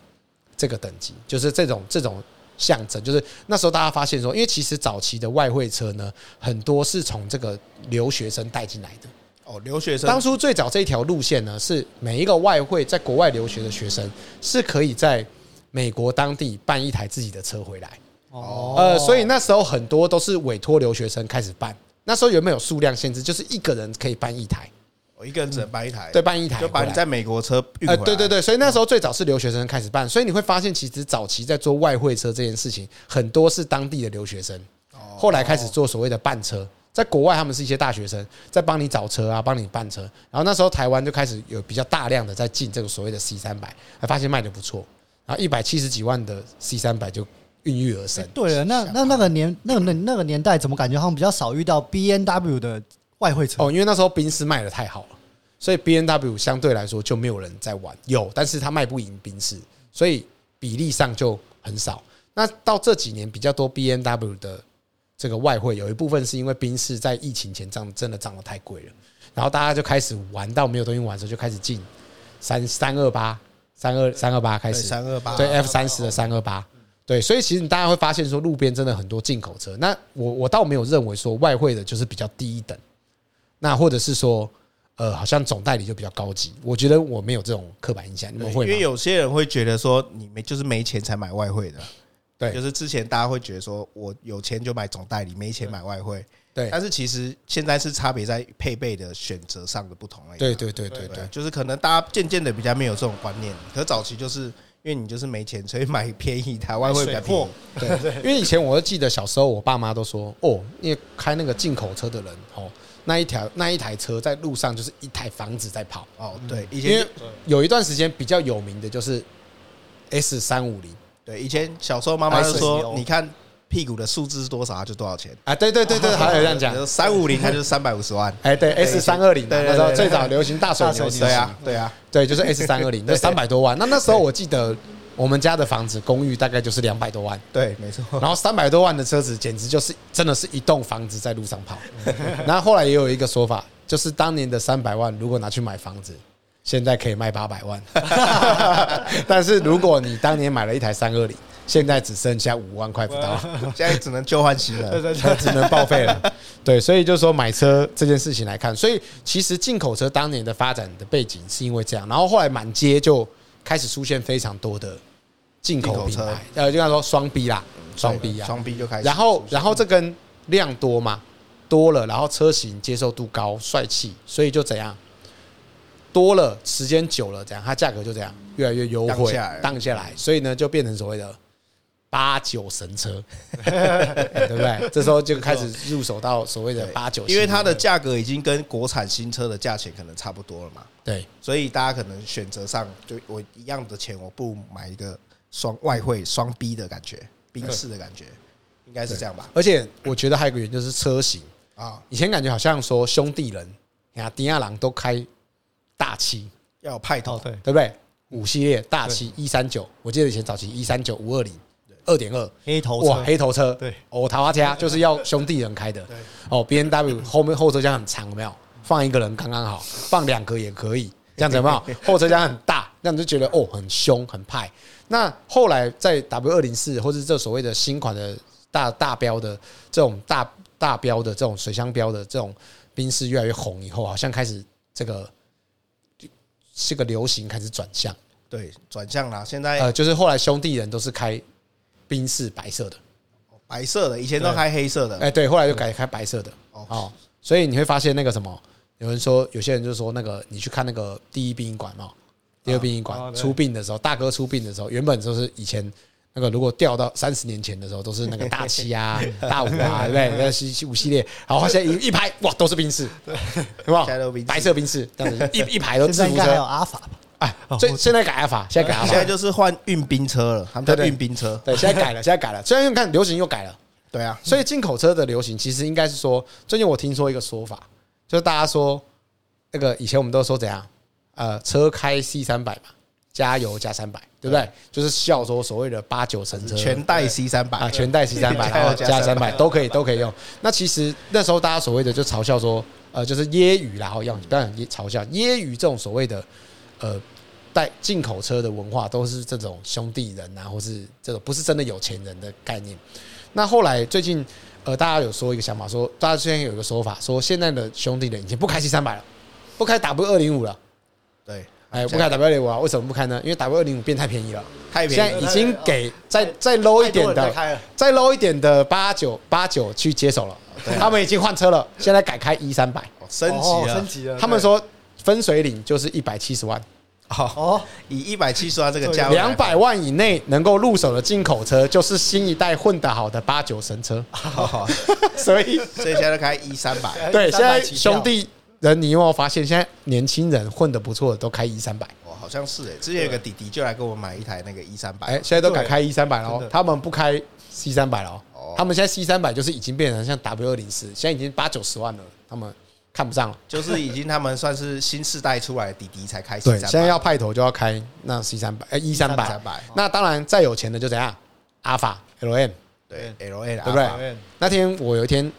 Speaker 2: 这个等级，就是这种这种象征，就是那时候大家发现说，因为其实早期的外汇车呢，很多是从这个留学生带进来的。
Speaker 3: 哦，留学生
Speaker 2: 当初最早这一条路线呢，是每一个外汇在国外留学的学生是可以在美国当地办一台自己的车回来。
Speaker 4: 哦，
Speaker 2: 呃，所以那时候很多都是委托留学生开始办。那时候原本有数量限制，就是一个人可以办一台，
Speaker 3: 哦我一个人只能搬一台，
Speaker 2: 对，，办一台
Speaker 3: 就把
Speaker 2: 回
Speaker 3: 你
Speaker 2: 来
Speaker 3: 在美国车运回
Speaker 2: 呃，
Speaker 3: 来。嗯
Speaker 2: 对对对，所以那时候最早是留学生开始办，所以你会发现，其实早期在做外汇车这件事情，很多是当地的留学生，
Speaker 3: 哦
Speaker 2: 后来开始做所谓的办车，在国外他们是一些大学生在帮你找车啊，帮你办车，然后那时候台湾就开始有比较大量的在进这个所谓的 C 三百，还发现卖的不错，然后一百七十几万的 C 三百就孕育而生
Speaker 4: 哎，对了，那那那个年那个那那个年代，怎么感觉好像比较少遇到 B N W 的外汇车？
Speaker 2: 哦，因为那时候宾士卖的太好了，所以 B N W 相对来说就没有人在玩，有，但是它卖不赢宾士，所以比例上就很少。那到这几年比较多 B N W 的这个外汇，有一部分是因为宾士在疫情前涨真的涨得太贵了，然后大家就开始玩到没有东西玩的时候，就开始进三三二八、三二三二八开
Speaker 3: 对，
Speaker 2: 始，
Speaker 3: 三二八，嗯
Speaker 2: 对哎 F 三十的三二八。对，所以其实你大家会发现说，路边真的很多进口车。那我我倒没有认为说外汇的就是比较低一等，那或者是说，呃，好像总代理就比较高级。我觉得我没有这种刻板印象，你
Speaker 3: 对
Speaker 2: 们
Speaker 3: 因
Speaker 2: 会
Speaker 3: 为
Speaker 2: 吗？
Speaker 3: 有些人会觉得说，你没就是没钱才买外汇的，
Speaker 2: 对
Speaker 3: 就是之前大家会觉得说我有钱就买总代理，没钱买外汇，
Speaker 2: 对
Speaker 3: 但是其实现在是差别在配备的选择上的不同而已。
Speaker 2: 对对对对对，
Speaker 3: 就是可能大家渐渐的比较没有这种观念，可早期就是因为你就是没钱，所以买便宜台湾会比较便宜。
Speaker 2: 对，因为以前我记得小时候，我爸妈都说，哦，因为开那个进口车的人，哦，那一条那一台车在路上就是一台房子在跑。
Speaker 3: 哦，对，以
Speaker 2: 嗯因为
Speaker 3: 前
Speaker 2: 有一段时间比较有名的就是 S 三五零
Speaker 3: 对以前小时候妈妈就
Speaker 4: 白水
Speaker 2: 哦
Speaker 3: 说，
Speaker 4: 牛
Speaker 3: 你看屁股的数字是多少，它就多少钱。
Speaker 2: 啊，对对对
Speaker 3: 哦
Speaker 2: 对，好像有这样讲，
Speaker 3: 三五零它就是三百五十万。
Speaker 2: 哎，对，S 三二零，
Speaker 3: 对对
Speaker 2: 那时候
Speaker 3: 对
Speaker 2: 最早流行 大水
Speaker 4: 大水
Speaker 2: 牛
Speaker 4: 牛
Speaker 2: 时期
Speaker 3: 对啊，对啊，
Speaker 2: 对，就是 S 三二零，那三百多万。那那时候我记得我们家的房子公寓大概就是两百多万，
Speaker 3: 对，没错。
Speaker 2: 然后三百多万的车子简直就是真的是一栋房子在路上 跑。然后后来也有一个说法，就是当年的三百万如果拿去买房子。现在可以卖八百 万，但是如果你当年买了一台三二零，现在只剩下五万块不到。
Speaker 3: 现在只能旧换新了。
Speaker 2: 它只能报废了。对，所以就说买车这件事情来看，所以其实进口车当年的发展的背景是因为这样，然后后来满街就开始出现非常多的进口品
Speaker 3: 进口车
Speaker 2: 牌，呃，就像说双 B 啦， 双 B 啊，
Speaker 3: 双 B 就开始。
Speaker 2: 然后然后这跟量多嘛，多了，然后车型接受度高，帅气，所以就怎样。多了，时间久了，怎样？它价格就这样越来越优惠
Speaker 3: 荡下来，
Speaker 2: 荡下来，所以呢，就变成所谓的八九神 车，对不对？这时候就开始入手到所谓的
Speaker 3: 对
Speaker 2: 八九，
Speaker 3: 因为它的价格已经跟国产新车的价钱可能差不多了嘛，
Speaker 2: 对
Speaker 3: 所以大家可能选择上就我一样的钱，我不如买一个双外汇双 B 的感觉，宾士的感觉，应该是这样吧？
Speaker 2: 而且我觉得还有一个原因就是车型，
Speaker 3: 啊，
Speaker 2: 以前感觉好像说兄弟人，亚迪亚郎都开大七，
Speaker 3: 要有派头
Speaker 4: 哦，，对，
Speaker 2: 对不对？五系列大七一三九，我记得以前早期一三九五二零二点二，
Speaker 4: 黑头
Speaker 2: 哇，
Speaker 4: 车，
Speaker 2: 黑头车，
Speaker 4: 对，
Speaker 2: 哦，塔瓦提 亚就是要兄弟人开的，哦，B N W 后面后车厢很长，有没有？放一个人刚刚好，放两个也可 以，这样子有没有？后车厢很大，那你就觉得哦，很凶很派。那后来在 W 二零四或是这所谓的新款的大大标的这种大大标的这种水箱标的这种宾士越来越红以后，好像开始这个这个流行开始转向，
Speaker 3: 对，转向啦。现在
Speaker 2: 呃，就是后来兄弟人都是开宾士白色的。
Speaker 3: 白色的，以前都开黑色的，
Speaker 2: 哎，对，后来就改开白色的
Speaker 3: 哦
Speaker 2: 哦，所以你会发现那个什么，有人说，有些人就说那个，你去看那个第一殡仪馆嘛，哦第二殡仪
Speaker 4: 啊
Speaker 2: 馆
Speaker 4: 对
Speaker 2: 出殡的时候，大哥出殡的时候，原本就是以前。那个如果掉到三十年前的时候，都是那个大七 啊、大五啊，对不对？那西西五系列，然后现在一一排哇，都是宾士，对吧
Speaker 3: 现在都宾？士
Speaker 2: 白色宾士，这 样子一一排都
Speaker 4: 现
Speaker 2: 制
Speaker 4: 在应
Speaker 2: 服
Speaker 4: 该还有
Speaker 2: 车，
Speaker 4: 阿法吧？
Speaker 2: 哎，所以
Speaker 4: 我
Speaker 2: 现在改阿法，现在改阿
Speaker 3: 现
Speaker 2: 法
Speaker 3: 在，就是换运兵车了，他们
Speaker 2: 对
Speaker 3: 叫
Speaker 2: 哎对
Speaker 3: 运兵车。
Speaker 2: 对，现在改了，现在改了。虽然你看流行又改了，
Speaker 3: 对啊，
Speaker 2: 所以进口车的流行，其实应该是说，最近我听说一个说法，就是大家说那个以前我们都说怎样，呃，车开 C 三百嘛，加油加三百，对不对？就是笑说所谓的八九成车
Speaker 3: 全带 C 三
Speaker 2: 啊，
Speaker 3: 百，
Speaker 2: 全带 C 三百，然后加三百都可以，都可以用。那其实那时候大家所谓的就嘲笑哦说，呃，就是揶揄啦，好用，不要讲揶嘲笑，揶揄这种所谓的呃带进口车的文化都是这种兄弟人啊，或是这种不是真的有钱人的概念。那后来最近，呃，大家有说一个想法说大家之前有一个说法，说现在的兄弟人已经不开 C 三百了，不开 W 二零五了，
Speaker 3: 对，
Speaker 2: 哎，不开 W 二零五啊？为什么不开呢？因为 W 二零五变太便宜了，
Speaker 3: 太
Speaker 2: 现
Speaker 3: 便宜
Speaker 2: 在
Speaker 3: 了
Speaker 2: 已经给再再 low 一点的，再 low 一点的八九八九去接手了，他们已经换车了，现在改开 E 三百。
Speaker 3: 哦升
Speaker 4: 哦
Speaker 3: 级了，
Speaker 4: 升级了。
Speaker 2: 他们说分水岭就是一百七十万，
Speaker 3: 好，
Speaker 4: 哦，
Speaker 3: 以一百七十万这个价位，
Speaker 2: 两百万以内能够入手的进口车就是新一代混得好的八九神车，
Speaker 3: 好，
Speaker 4: 哦
Speaker 3: 好
Speaker 2: 所以
Speaker 3: 所以现在就开一三百，
Speaker 2: 对现在
Speaker 4: 300起跳哎
Speaker 2: 兄弟人，你有没有发现现在年轻人混得不错的都开 E 三百？
Speaker 3: 哦，好像是哎，之前有个弟弟就来给我买一台那个一三
Speaker 2: 哎
Speaker 3: 百，，
Speaker 2: 现在都改开 E 三百了
Speaker 4: 真
Speaker 2: 哦
Speaker 4: 的，
Speaker 2: 他们不开 C 三百了
Speaker 3: 哦
Speaker 2: 哦，他们现在 C 三百就是已经变成像 W 二零四，现在已经八九十万了，他们看不上了。
Speaker 3: 就是已经他们算是新世代出来的弟弟才开
Speaker 2: 对，
Speaker 3: 一三
Speaker 2: 现在
Speaker 3: 百，
Speaker 2: 要派头就要开那 C 三百，哎 E 三百
Speaker 3: 300，
Speaker 2: 那当然再有钱的就怎样，阿法 LM。
Speaker 3: 对 L A
Speaker 2: 对不对
Speaker 4: 法院？
Speaker 2: 那天我有一天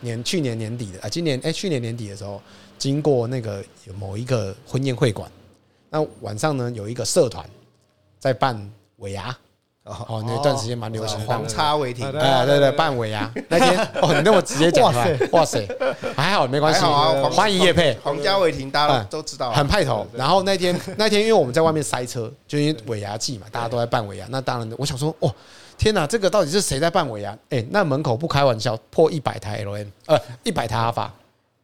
Speaker 2: 年去年年底的啊，今年哎、去年年底的时候，经过那个某一个婚宴会馆，那晚上呢有一个社团在办尾牙，
Speaker 3: 哦，
Speaker 2: 哦，那段时间蛮流行的
Speaker 3: 黄叉违停，
Speaker 4: 对
Speaker 2: 哎，对
Speaker 4: 对
Speaker 2: 对，办尾牙那天，哦，你那么直接讲出来，哇塞，还好没关系，
Speaker 3: 还好啊黄
Speaker 2: 欢迎叶佩，嗯
Speaker 3: 黄家违停大家都知
Speaker 4: 哦
Speaker 3: 道啊，
Speaker 2: 很派头。然后那天 那天因为我们在外面塞车，就因为尾牙季嘛，大家都在办尾牙。那当然，我想说，哦，天哪，这个到底是谁在办尾牙？哎，那门口不开玩笑，破一百台 LM，呃，一百台阿法，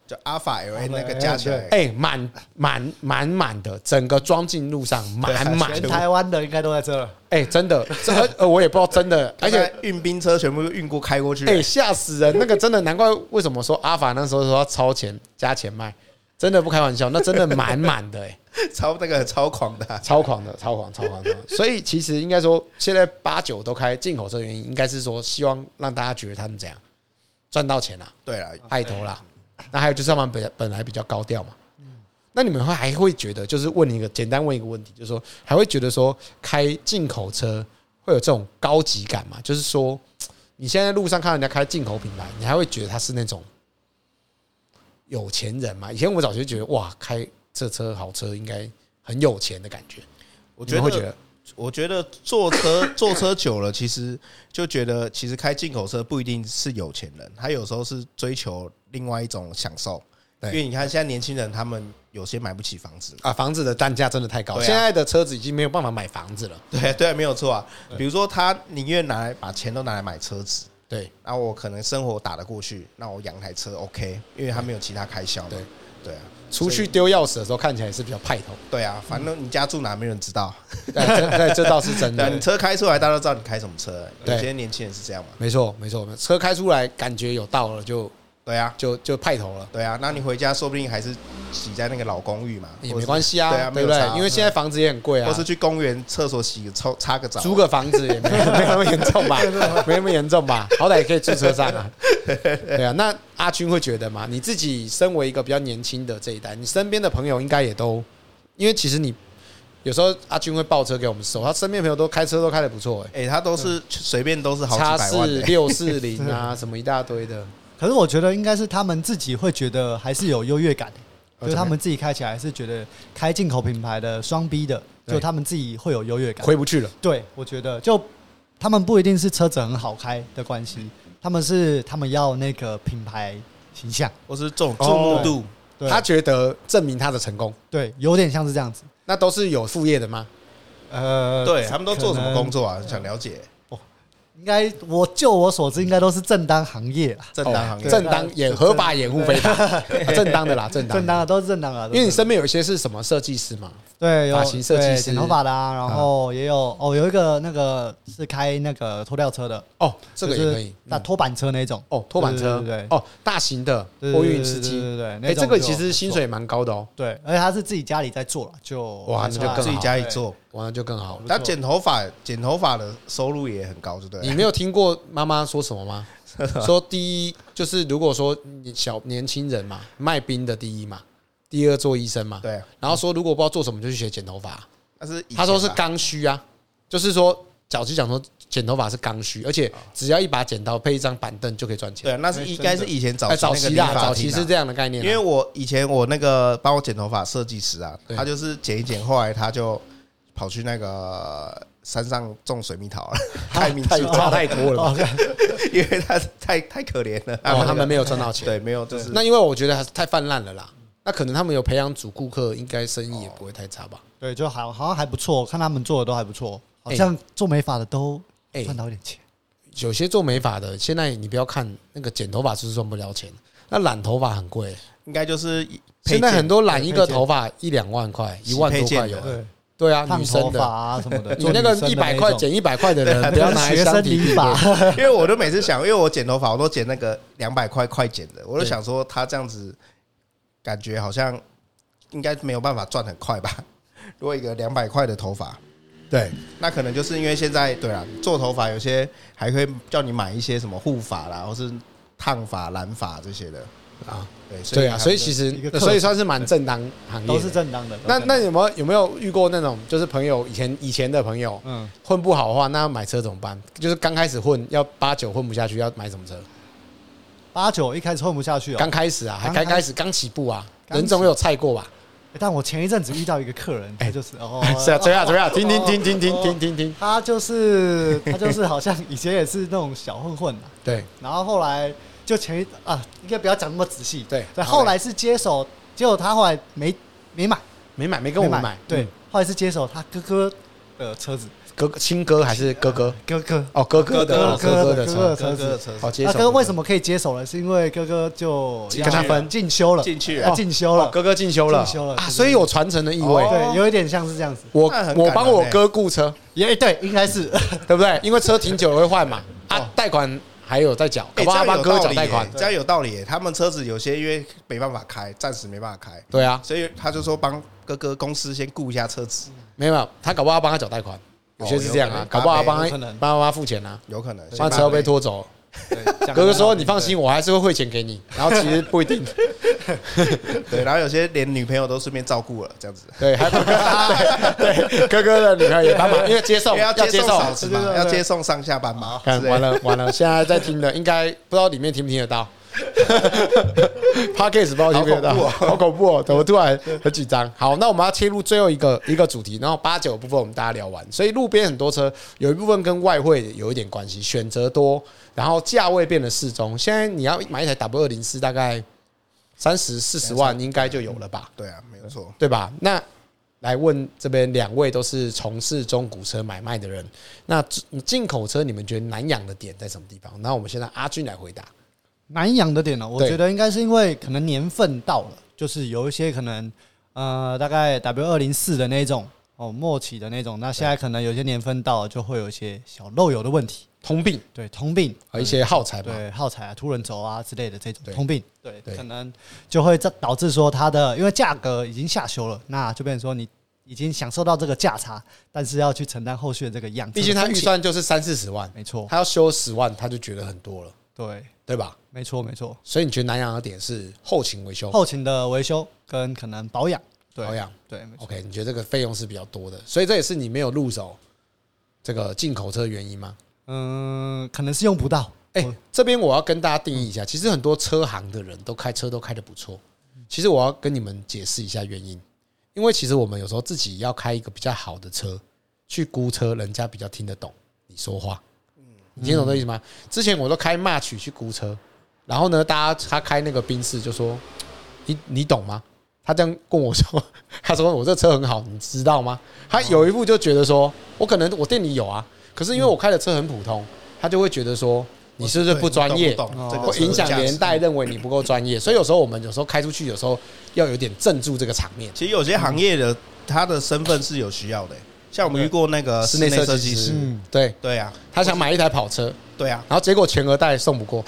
Speaker 3: 就阿法 L A 那个加起来，
Speaker 2: 哎，满满满满的，整个装进路上满满
Speaker 4: 全
Speaker 2: 的，
Speaker 4: 台湾的应该都在这了。
Speaker 2: 哎，真的，这呃呃我也不知道真 的，而
Speaker 3: 而
Speaker 2: 且
Speaker 3: 且运兵车全部运过开过去，
Speaker 2: 哎，吓死人！那个真的，难怪为什么说阿法那时候说要超前加钱卖，真的不开玩笑，那真的满满的哎、
Speaker 3: 超那个超狂的啊，
Speaker 2: 超狂的，超狂，超狂的。所以其实应该说，现在八九都开进口车，原因应该是说希望让大家觉得他们怎样赚到钱啦、啊
Speaker 3: 对啊了，
Speaker 2: 爱头啦。那还有就是他们本本来比较高调嘛。那你们会还会觉得，就是问你一个简单问一个问题，就是说还会觉得说开进口车会有这种高级感吗？就是说你现在路上看人家开进口品牌，你还会觉得他是那种有钱人吗？以前我早就觉得哇，开这车好车应该很有钱的感觉。
Speaker 3: 我
Speaker 2: 你
Speaker 3: 觉
Speaker 2: 们会觉
Speaker 3: 得
Speaker 2: 得，
Speaker 3: 我觉得坐车 坐车久了，其实就觉得其实开进口车不一定是有钱人，他有时候是追求另外一种享受。
Speaker 2: 对
Speaker 3: 因为你看现在年轻人他们有些买不起房子，
Speaker 2: 啊，房子的单价真的太高，
Speaker 3: 对啊
Speaker 2: 现在的车子已经没有办法买房子了。
Speaker 3: 对对，没有错啊。比如说他宁愿拿来把钱都拿来买车子，
Speaker 2: 对
Speaker 3: 那我可能生活打得过去，那我养台车 OK，因为他没有其他开销嘛。
Speaker 2: 对
Speaker 3: 对啊，
Speaker 2: 出
Speaker 3: 所
Speaker 2: 去
Speaker 3: 以
Speaker 2: 丢钥匙的时候看起来是比较派头，
Speaker 3: 对啊，反正你家住哪没人知道，
Speaker 2: 哎这这这倒是真
Speaker 3: 对啊，你
Speaker 2: 的，
Speaker 3: 车开出来大家都知道你开什么车，有
Speaker 2: 嗯对
Speaker 3: 些年轻人是这样嘛。
Speaker 2: 没错没错，没错车开出来感觉有道了，就
Speaker 3: 对啊，
Speaker 2: 就就派头了，
Speaker 3: 对啊，那你回家说不定还是洗在那个老公寓嘛，
Speaker 2: 也没关系啊，
Speaker 3: 对啊
Speaker 2: 对不
Speaker 3: 没有差
Speaker 2: 对？因为现在房子也很贵
Speaker 3: 系
Speaker 2: 啊，
Speaker 3: 或是去公园厕所洗个抽擦个澡，啊
Speaker 2: 租个房子也没没那么严重吧，没那么严重吧，好歹也可以住车上啊。对啊，那阿军会觉得嘛，你自己身为一个比较年轻的这一代，你身边的朋友应该也都，因为其实你有时候阿军会报车给我们收，他身边朋友都开车都开得不错、欸，
Speaker 3: 哎、他都是随便都是好
Speaker 2: 叉
Speaker 3: 几百万
Speaker 2: 四
Speaker 3: 的、
Speaker 2: 六四零啊，什么一大堆的，
Speaker 4: 可是我觉得应该是他们自己会觉得还是有优越感，
Speaker 2: 哦
Speaker 4: 就是他们自己开起来还是觉得开进口品牌的双 B 的，
Speaker 2: 对
Speaker 4: 就他们自己会有优越感。
Speaker 2: 回不去了。
Speaker 4: 对，我觉得就他们不一定是车子很好开的关系，他们是他们要那个品牌形象，
Speaker 3: 或是这种
Speaker 2: 哦
Speaker 3: 注目度，
Speaker 4: 对
Speaker 2: 他觉得证明他的成功，
Speaker 4: 对，有点像是这样子。
Speaker 2: 那都是有副业的吗？
Speaker 4: 呃，
Speaker 3: 对啊他们都做什么工
Speaker 4: 作？
Speaker 3: 作啊？想了解
Speaker 4: 应该我就我所知，应该都是正当行业啦，
Speaker 3: 正当行
Speaker 2: 哦
Speaker 3: 业，
Speaker 2: 正当也合法掩护非法，啊正当的啦，正当 的。
Speaker 4: 正当的都是正当的。都
Speaker 2: 因
Speaker 4: 是
Speaker 2: 为你身边有一些是什么设计师嘛，
Speaker 4: 对，有
Speaker 2: 发型设计
Speaker 4: 对
Speaker 2: 师嗯
Speaker 4: 剪头发的、啊，然后也有、哦，有一个那个是开那个拖吊车的，
Speaker 2: 哦，这个也
Speaker 4: 就是
Speaker 2: 可以。嗯
Speaker 4: 那拖板车那种，
Speaker 2: 哦，拖板车，
Speaker 4: 对对对
Speaker 2: 哦，大型的
Speaker 4: 对
Speaker 2: 货运司
Speaker 4: 对
Speaker 2: 机，
Speaker 4: 对对对，
Speaker 2: 哎，这个其
Speaker 4: 那种就
Speaker 2: 实薪水蛮高的哦，
Speaker 4: 对，而且他是自己家里在做了，就
Speaker 2: 哇那就更好
Speaker 3: 啊自己家里做。
Speaker 2: 完了就更好了。
Speaker 3: 他剪头发，剪头发的收入也很高，就对
Speaker 2: 你
Speaker 3: 了。
Speaker 2: 没有听过妈妈说什么 吗？说第一就是如果说你小年轻人嘛，卖冰的第一嘛，第二做医生嘛，
Speaker 3: 对，
Speaker 2: 然后说如果不知道做什么就去学剪头发，
Speaker 3: 但是以前吧
Speaker 2: 他说是刚需啊，就是说早期讲说剪头发是刚需，而
Speaker 4: 啊
Speaker 2: 且只要一把剪刀配一张板凳就可以赚钱。
Speaker 3: 对啊，那是应该是以前早
Speaker 2: 哎，
Speaker 3: 期那
Speaker 2: 早
Speaker 3: 个
Speaker 2: 期
Speaker 3: 理
Speaker 2: 啦，
Speaker 3: 发
Speaker 2: 早
Speaker 3: 厅
Speaker 2: 期
Speaker 3: 啊
Speaker 2: 是这样的概念啊，
Speaker 3: 因为我以前我那个帮我剪头发设计师啊，
Speaker 2: 对
Speaker 3: 他就是剪一剪，后来他就跑去那个山上种水蜜 桃了，太明
Speaker 2: 太
Speaker 3: 显
Speaker 2: 差
Speaker 3: 了，
Speaker 2: 太多
Speaker 4: 哦
Speaker 2: 了吧？
Speaker 3: 因为他太太可怜了，
Speaker 2: 然后哦他
Speaker 3: 那个
Speaker 2: 们没有赚到钱。
Speaker 3: 对没有就是
Speaker 2: 那因为我觉得还是太泛滥了啦。那可能他们有培养主顾客，应该生意也不会太差吧？
Speaker 4: 对，就好好像还不错，看他们做的都还不错，好像做美发的都
Speaker 2: 哎
Speaker 4: 赚到一点钱。
Speaker 2: 有些做美发的，现在你不要看那个剪头发是赚不了钱，那染头发很贵、
Speaker 3: 应该就是一
Speaker 2: 现在很多染一个
Speaker 4: 配件
Speaker 2: 头发一两万块，一万多块有
Speaker 3: 配件。的
Speaker 4: 对，
Speaker 2: 对啊，
Speaker 4: 烫
Speaker 2: 女
Speaker 4: 头
Speaker 2: 生
Speaker 4: 发
Speaker 2: 的，
Speaker 4: 啊什么的，
Speaker 2: 你那个一百块
Speaker 4: 剪，
Speaker 2: 减一百块的 人，不要拿来
Speaker 4: 学
Speaker 2: 相
Speaker 4: 生
Speaker 2: 提
Speaker 4: 理
Speaker 2: 并
Speaker 4: 发
Speaker 2: 论。，啊
Speaker 3: 因为我都每次想，因为我剪头发我都剪那个两百块快剪的，我就想说他这样子感觉好像应该没有办法赚很快吧。如果一个两百块的头发，
Speaker 2: 对，
Speaker 3: 那可能就是因为现在对啦，啊做头发有些还会叫你买一些什么护发啦，或是烫发、染发这些的
Speaker 2: 啊，
Speaker 3: 对，所以
Speaker 2: 对啊，
Speaker 3: 他们
Speaker 2: 所以
Speaker 3: 就
Speaker 2: 其
Speaker 4: 一
Speaker 2: 实
Speaker 4: 个课
Speaker 2: 所以算是蛮正当行业的。
Speaker 4: 都是正当的。
Speaker 2: 那
Speaker 4: 都正
Speaker 2: 那
Speaker 4: 当
Speaker 2: 有没有有没有遇过那种就是朋友以前以前的朋友
Speaker 4: 嗯，
Speaker 2: 混不好的话，那要买车怎么办？就是刚开始混要八九混不下去，要买什么车？
Speaker 4: 八九一开始混不下去哦
Speaker 2: 刚，开始啊，还刚
Speaker 4: 刚
Speaker 2: 开
Speaker 4: 开
Speaker 2: 始刚起步啊，
Speaker 4: 刚起
Speaker 2: 人总有菜过吧？，
Speaker 4: 欸但我前一阵子遇到一个客人，他就是哦
Speaker 2: 是啊，怎样怎 样？停停停停停停停停，
Speaker 4: 他就是他就是好像以前也是那种小混混嘛，
Speaker 2: 对
Speaker 4: 然后后来就前一啊，应该不要讲那么仔细，
Speaker 2: 对
Speaker 4: 对，后来是接手，结果他后来没没买，
Speaker 2: 没买没跟我们
Speaker 4: 没
Speaker 2: 买，
Speaker 4: 对
Speaker 2: 嗯，，
Speaker 4: 后来是接手他哥哥的车子，
Speaker 2: 哥哥亲哥还是哥哥？
Speaker 4: 哥哥，
Speaker 2: 哦，哥哥的哦
Speaker 4: 哥哥
Speaker 2: 哥的
Speaker 4: 的哥哥
Speaker 2: 车，
Speaker 4: 的车
Speaker 3: 哥
Speaker 4: 子
Speaker 3: 哥的车
Speaker 2: 好
Speaker 3: 子
Speaker 2: 哦接
Speaker 4: 那
Speaker 2: 手。
Speaker 4: 哥哥为什么可以接手呢？是因为哥哥就
Speaker 2: 跟他分
Speaker 4: 进修了，
Speaker 3: 进去
Speaker 4: 要
Speaker 3: 了，
Speaker 4: 进修了
Speaker 2: 哦，哥哥进修了
Speaker 4: 进修了
Speaker 2: 啊，
Speaker 4: 对
Speaker 2: 所以有传承的意味。
Speaker 3: 哦
Speaker 4: 对，有一点像是这样子，
Speaker 2: 我
Speaker 3: 那很感
Speaker 2: 我帮
Speaker 3: 人
Speaker 2: 我
Speaker 3: 欸
Speaker 2: 哥雇车，
Speaker 4: 也对，应该是
Speaker 2: 对不对？因为车停久了会坏嘛，
Speaker 4: 哦
Speaker 2: 啊，贷款还有在缴，搞
Speaker 4: 欸
Speaker 3: 哎
Speaker 2: 不好他
Speaker 3: 这样
Speaker 2: 帮
Speaker 3: 有
Speaker 2: 哥
Speaker 3: 道
Speaker 2: 缴
Speaker 3: 理
Speaker 2: 贷款
Speaker 3: 耶，这样有道理耶。他们车子有些因为没办法开，暂时没办法开，
Speaker 2: 对啊，
Speaker 3: 所以他就说帮哥哥公司先雇一下车子，
Speaker 2: 没有，他搞不好要帮他缴贷款，有些是这样啊
Speaker 3: 哦，
Speaker 2: 搞不好要帮
Speaker 4: 哦有
Speaker 2: 他
Speaker 4: 可能
Speaker 2: 帮他付钱啊，
Speaker 3: 有可能
Speaker 2: 怕车被。拖走。
Speaker 4: 对
Speaker 2: 哥哥说：“你放心，我还是会汇钱给你。”然后其实不一 定，
Speaker 3: 先把对，然后有些连女朋友都顺便照顾了，这样子。
Speaker 2: 对，还有哥哥对对哥哥的女朋友也帮忙，因为接
Speaker 3: 因
Speaker 2: 送
Speaker 3: 为要接送
Speaker 2: 送
Speaker 3: 嫂。子嘛，
Speaker 4: 对对对
Speaker 3: 要接送上下班嘛，
Speaker 2: 看
Speaker 3: 之类
Speaker 2: 完
Speaker 3: 的。
Speaker 2: 了完 了，现在在听的应该不知道里面听不听得到，Podcast 不知道听不听得到， 好恐怖哦！怎么突然很紧张？好，那我们要切入最后一个一个主题，然后八九部分我们大家聊完，所以路边很多车有一部分跟外汇有一点关系，选择多，然后价位变得适中。现在你要买一台 W 二零四，大概三十四十万应该就有了吧？
Speaker 3: 对啊，没有错。
Speaker 2: 对吧？那来问这边两位都是从事中古车买卖的人，那进进口车你们觉得难养的点在什么地方？那我们先让阿军来回答。
Speaker 4: 难养的点呢、哦我
Speaker 2: 对
Speaker 4: 觉得应该是因为可能年份到了，就是有一些可能呃，大概 W 二零四的那种哦，末期的那种，那现在可能有些年份到了，就会有一些小漏油的问题，
Speaker 2: 通病呃
Speaker 4: 对，通病，
Speaker 2: 和一些耗材嘛，
Speaker 4: 对，耗材啊、凸轮轴啊之类的这种
Speaker 2: 对
Speaker 4: 通病，对，
Speaker 2: 对
Speaker 4: 可能就会这导致说它的因为价格已经下修了，那就变成说你已经享受到这个价差，但是要去承担后续的这个样，
Speaker 2: 毕竟他
Speaker 4: 这个
Speaker 2: 预
Speaker 4: 风险
Speaker 2: 算就是三四十万，
Speaker 4: 没错，
Speaker 2: 他要修十万，他就觉得很多了，
Speaker 4: 对，
Speaker 2: 对吧？
Speaker 4: 没错，没错，
Speaker 2: 所以你觉得难养的点是后勤维修、
Speaker 4: 后勤的维修跟可能保养，对，
Speaker 2: 哦保养。
Speaker 4: 对，没错。
Speaker 2: OK，你觉得这个费用是比较多的，所以这也是你没有入手这个进口车的原因吗？
Speaker 4: 嗯，可能是用不 到。
Speaker 2: 哎、
Speaker 4: 我
Speaker 2: 这边我要跟大家定义一下，其实很多车行的人都开车都开得不错。其实我要跟你们解释一下原因，因为其实我们有时候自己要开一个比较好的车去估车，人家比较听得懂你说话。你听懂这意思吗？之前我都开 March 去估车，然后呢，大家他开那个宾士就说：“你你懂吗？”他这样跟我说，他说我这车很好，你知道吗？他有一步就觉得说，我可能我店里有啊，可是因为我开的车很普通，他就会觉得说你是不是不专业，
Speaker 3: 我懂
Speaker 4: 哦
Speaker 3: 我懂这个
Speaker 2: 会影响
Speaker 3: 车的价值
Speaker 2: 连带认为你不够专业，所以有时候我们有时候开出去，有时候要有点镇住这个场面。
Speaker 3: 其实有些行业的他的身份是有需要的，像我们遇过那个呃室内设计师，
Speaker 4: 嗯
Speaker 2: 对
Speaker 3: 对啊，
Speaker 2: 他想买一台跑车，
Speaker 3: 对啊，
Speaker 2: 然后结果全额贷送不过，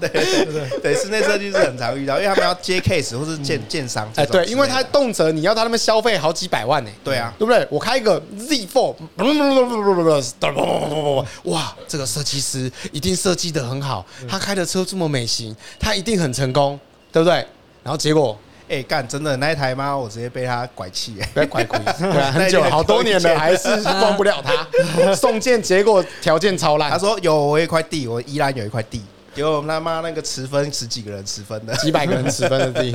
Speaker 3: 对对对，室内设计师很常遇到，因为他们要接 case 或是建建商这
Speaker 2: 哎，
Speaker 3: 种之类
Speaker 2: 对，
Speaker 3: 的，
Speaker 2: 因为他动辄你要他那边消费好几百万呢，
Speaker 3: 对啊
Speaker 2: 对不对？我开一个 Z4，哇，这个设计师一定设计的很好，他开的车这么美型，他一定很成功，对不对？然后结果
Speaker 3: 哎干真的那一台妈，我直接被他拐气哎，
Speaker 2: 不要拐鬼， 对啊，很久了好多年了，还是忘不了 他。送件结果条件超烂
Speaker 3: 他，说有我有一块地，我依然有一块地，结果他妈那个持分十几个人持分的，
Speaker 2: 几百个人十分的地。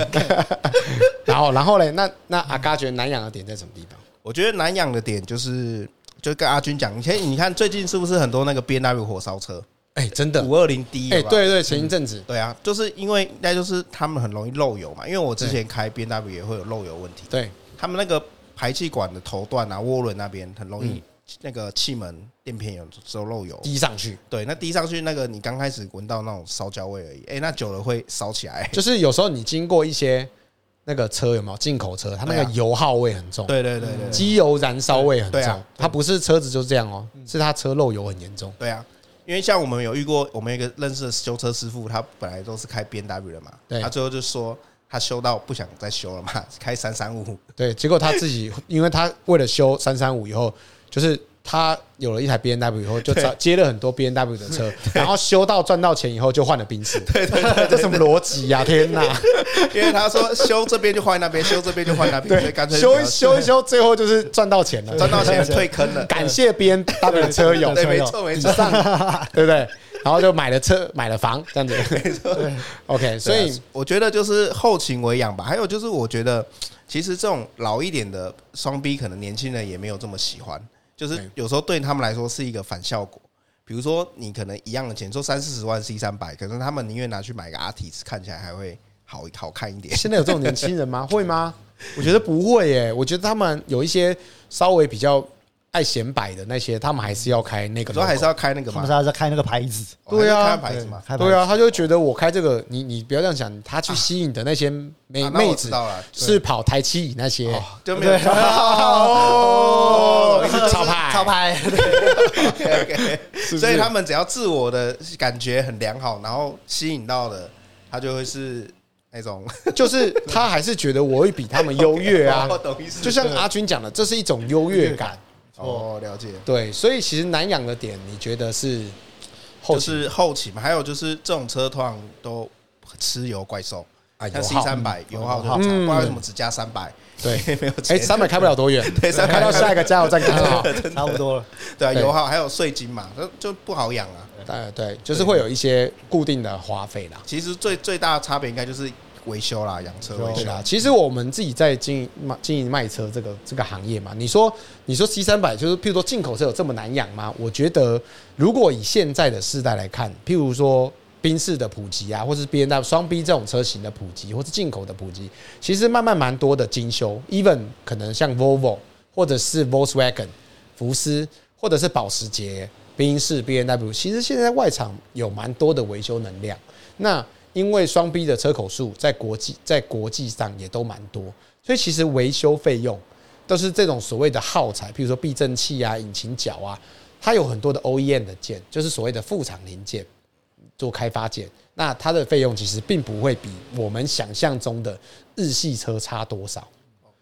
Speaker 2: 然后然后嘞，那那阿嘎觉得难养的点在什么地方？
Speaker 3: 我觉得难养的点就是，就跟阿军讲，以前你看最近是不是很多那个 B N W 火烧车
Speaker 2: 哎，真的，
Speaker 3: 五二零 D？
Speaker 2: 哎，对对，前一阵子，
Speaker 3: 对啊，就是因为那就是他们很容易漏油嘛，因为我之前开 B N W 也会有漏油问题，
Speaker 2: 对，
Speaker 3: 他们那个排气管的头段啊、涡轮那边很容
Speaker 2: 嗯
Speaker 3: 易那个气门垫片有时候漏油，
Speaker 2: 滴上去，
Speaker 3: 对，那滴上去那个你刚开始闻到那种烧焦味而已，哎，那久了会烧起来，
Speaker 2: 就是有时候你经过一些那个车有没有进口车，它那个
Speaker 3: 对啊
Speaker 2: 油耗味很重，
Speaker 3: 对对对对对，
Speaker 2: 机油燃烧味很
Speaker 3: 对
Speaker 2: 重
Speaker 3: 对啊，
Speaker 2: 它不是车子就是这样哦，是它车漏油很严重。
Speaker 3: 对啊。因为像我们有遇过，我们有一个认识的修车师傅，他本来都是开 B N W 的嘛，
Speaker 2: 对
Speaker 3: 他最后就说他修到不想再修了嘛， 开三三五，
Speaker 2: 对，结果他自己， 因为他为了修三三五以后，就是他有了一台 B N W 以后，就找接了很多 B N W 的车，然后修到赚到钱以后，就换了宾士。对对这什么逻辑呀？天哪！
Speaker 3: 因为他说修这边就换那边，修这边就换那边，所以干脆
Speaker 2: 修一
Speaker 3: 不要
Speaker 2: 修一修，最后就是赚到钱了，
Speaker 3: 赚 到钱退坑了，
Speaker 2: 感谢 B N W 车友，
Speaker 3: 对，
Speaker 4: 退
Speaker 3: 没
Speaker 4: 了
Speaker 3: 错没
Speaker 2: 以
Speaker 3: 错，
Speaker 2: 上，对不对？然后就买了车，买了房，这样子。OK，所
Speaker 3: 对
Speaker 2: 以
Speaker 3: 啊我觉得就是后勤为养吧。还有就是，我觉得其实这种老一点的双 B，可能年轻人也没有这么喜欢，就是
Speaker 2: 对
Speaker 3: 有时候对他们来说是一个反效果。比如说，你可能一样的钱，说三四十万 C 三百，可是他们宁愿拿去买个 RT，看起来还会好好看一点。
Speaker 2: 现在有这种年轻人吗？会吗？我觉得不会耶、我觉得他们有一些稍微比较爱显摆的那些，他们还是要开那个
Speaker 3: 主要
Speaker 2: logo。
Speaker 3: 还是要开那个
Speaker 4: 他
Speaker 3: 嘛
Speaker 4: 们，
Speaker 3: 哦
Speaker 4: 是要开那个牌子，
Speaker 2: 对啊
Speaker 3: 还是看牌子嘛。
Speaker 4: 开牌
Speaker 2: 对
Speaker 4: 子，
Speaker 2: 啊，他就会觉得我开这个，你你不要这样想，他去吸引的那些妹
Speaker 3: 啊那
Speaker 2: 妹
Speaker 3: 我知
Speaker 2: 子
Speaker 3: 道了，对
Speaker 2: 是跑台七乙那些，
Speaker 3: 就没有
Speaker 2: 哦
Speaker 3: 哦，
Speaker 2: 超派
Speaker 4: 超牌，
Speaker 3: OK，
Speaker 2: 不是
Speaker 3: 所以他们只要自我的感觉很良好，然后吸引到的，他就会是那种。
Speaker 2: 就是他还是觉得我会比他们优越啊
Speaker 3: 我哦懂意思。
Speaker 2: 就像阿军讲的，这是一种优越感。
Speaker 3: 哦，了解，
Speaker 2: 对，所以其实难养的点，你觉得是后
Speaker 3: 就
Speaker 2: 期
Speaker 3: 是后期嘛，还有就是这种车通常都吃油怪兽，
Speaker 2: 啊
Speaker 3: 像
Speaker 2: 油
Speaker 3: C
Speaker 2: 耗
Speaker 3: 三百哎油耗就很差，
Speaker 2: 嗯
Speaker 3: 不知道为什么只加三百，
Speaker 2: 对，
Speaker 3: 没有
Speaker 2: 哎，
Speaker 3: 钱，
Speaker 2: 三百开不了多 远，
Speaker 3: 对300
Speaker 2: 开到下一个加油 站刚好。
Speaker 4: 差不多了。
Speaker 3: 对啊，
Speaker 2: 对
Speaker 3: 油耗还有税金嘛，就就不好养啊。
Speaker 2: 呃，对，就是会有一些固定的花费啦。
Speaker 3: 其实最最大的差别应该就是维修啦，养车维
Speaker 2: 对
Speaker 3: 修。
Speaker 2: 啦，其实我们自己在经营卖经营卖车这个这个行业嘛，你说你说 C 三百就是譬如说进口车有这么难养吗？我觉得如果以现在的世代来看，譬如说宾士的普及啊，或是 B N W 双 B 这种车型的普及，或是进口的普及，其实慢慢蛮多的精修，even 可能像 Volvo 或者是 Volkswagen 福斯或者是保时捷、宾士、B N W，其实现在外厂有蛮多的维修能量。那因为双 B 的车口数在国际在国际上也都蛮多，所以其实维修费用都是这种所谓的耗材，譬如说避震器啊、引擎角啊，它有很多的 OEM 的件，就是所谓的副厂零件做开发件。那它的费用其实并不会比我们想象中的日系车差多少。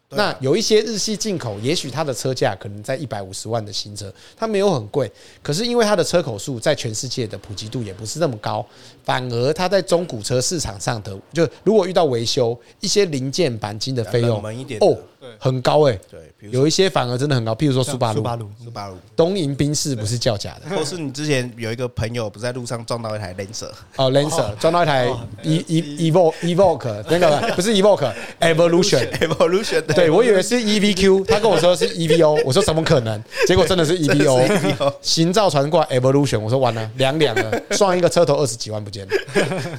Speaker 3: 对啊
Speaker 2: 那有一些日系进口，也许它的车价可能在一百五十万的新车，它没有很贵，可是因为它的车口数在全世界的普及度也不是那么高，反而它在中古车市场上的，就如果遇到维修一些零件钣金的费用
Speaker 3: 冷门一，点的
Speaker 2: 哦，很高哎、
Speaker 3: 对，比如说
Speaker 2: 有一些反而真的很高，譬如说苏巴
Speaker 4: 苏
Speaker 2: 鲁、
Speaker 4: 巴鲁，
Speaker 3: 斯巴鲁，
Speaker 2: 东瀛宾士不是叫假的
Speaker 3: 或是你之前有一个朋友不是在路上撞到一台 Lancer，
Speaker 2: 哦，Lancer 撞到一台
Speaker 3: 哦
Speaker 2: E E Evoke Evoke 那个不是 Evoke Evolution。
Speaker 3: Evolution，
Speaker 2: 对，我以为是 EVQ，他跟我说是 EVO，我说怎么可能？结果真的是 E EVO，行照传过来 Evolution，我说完了，凉凉 了，撞一个车头二十几万不见了。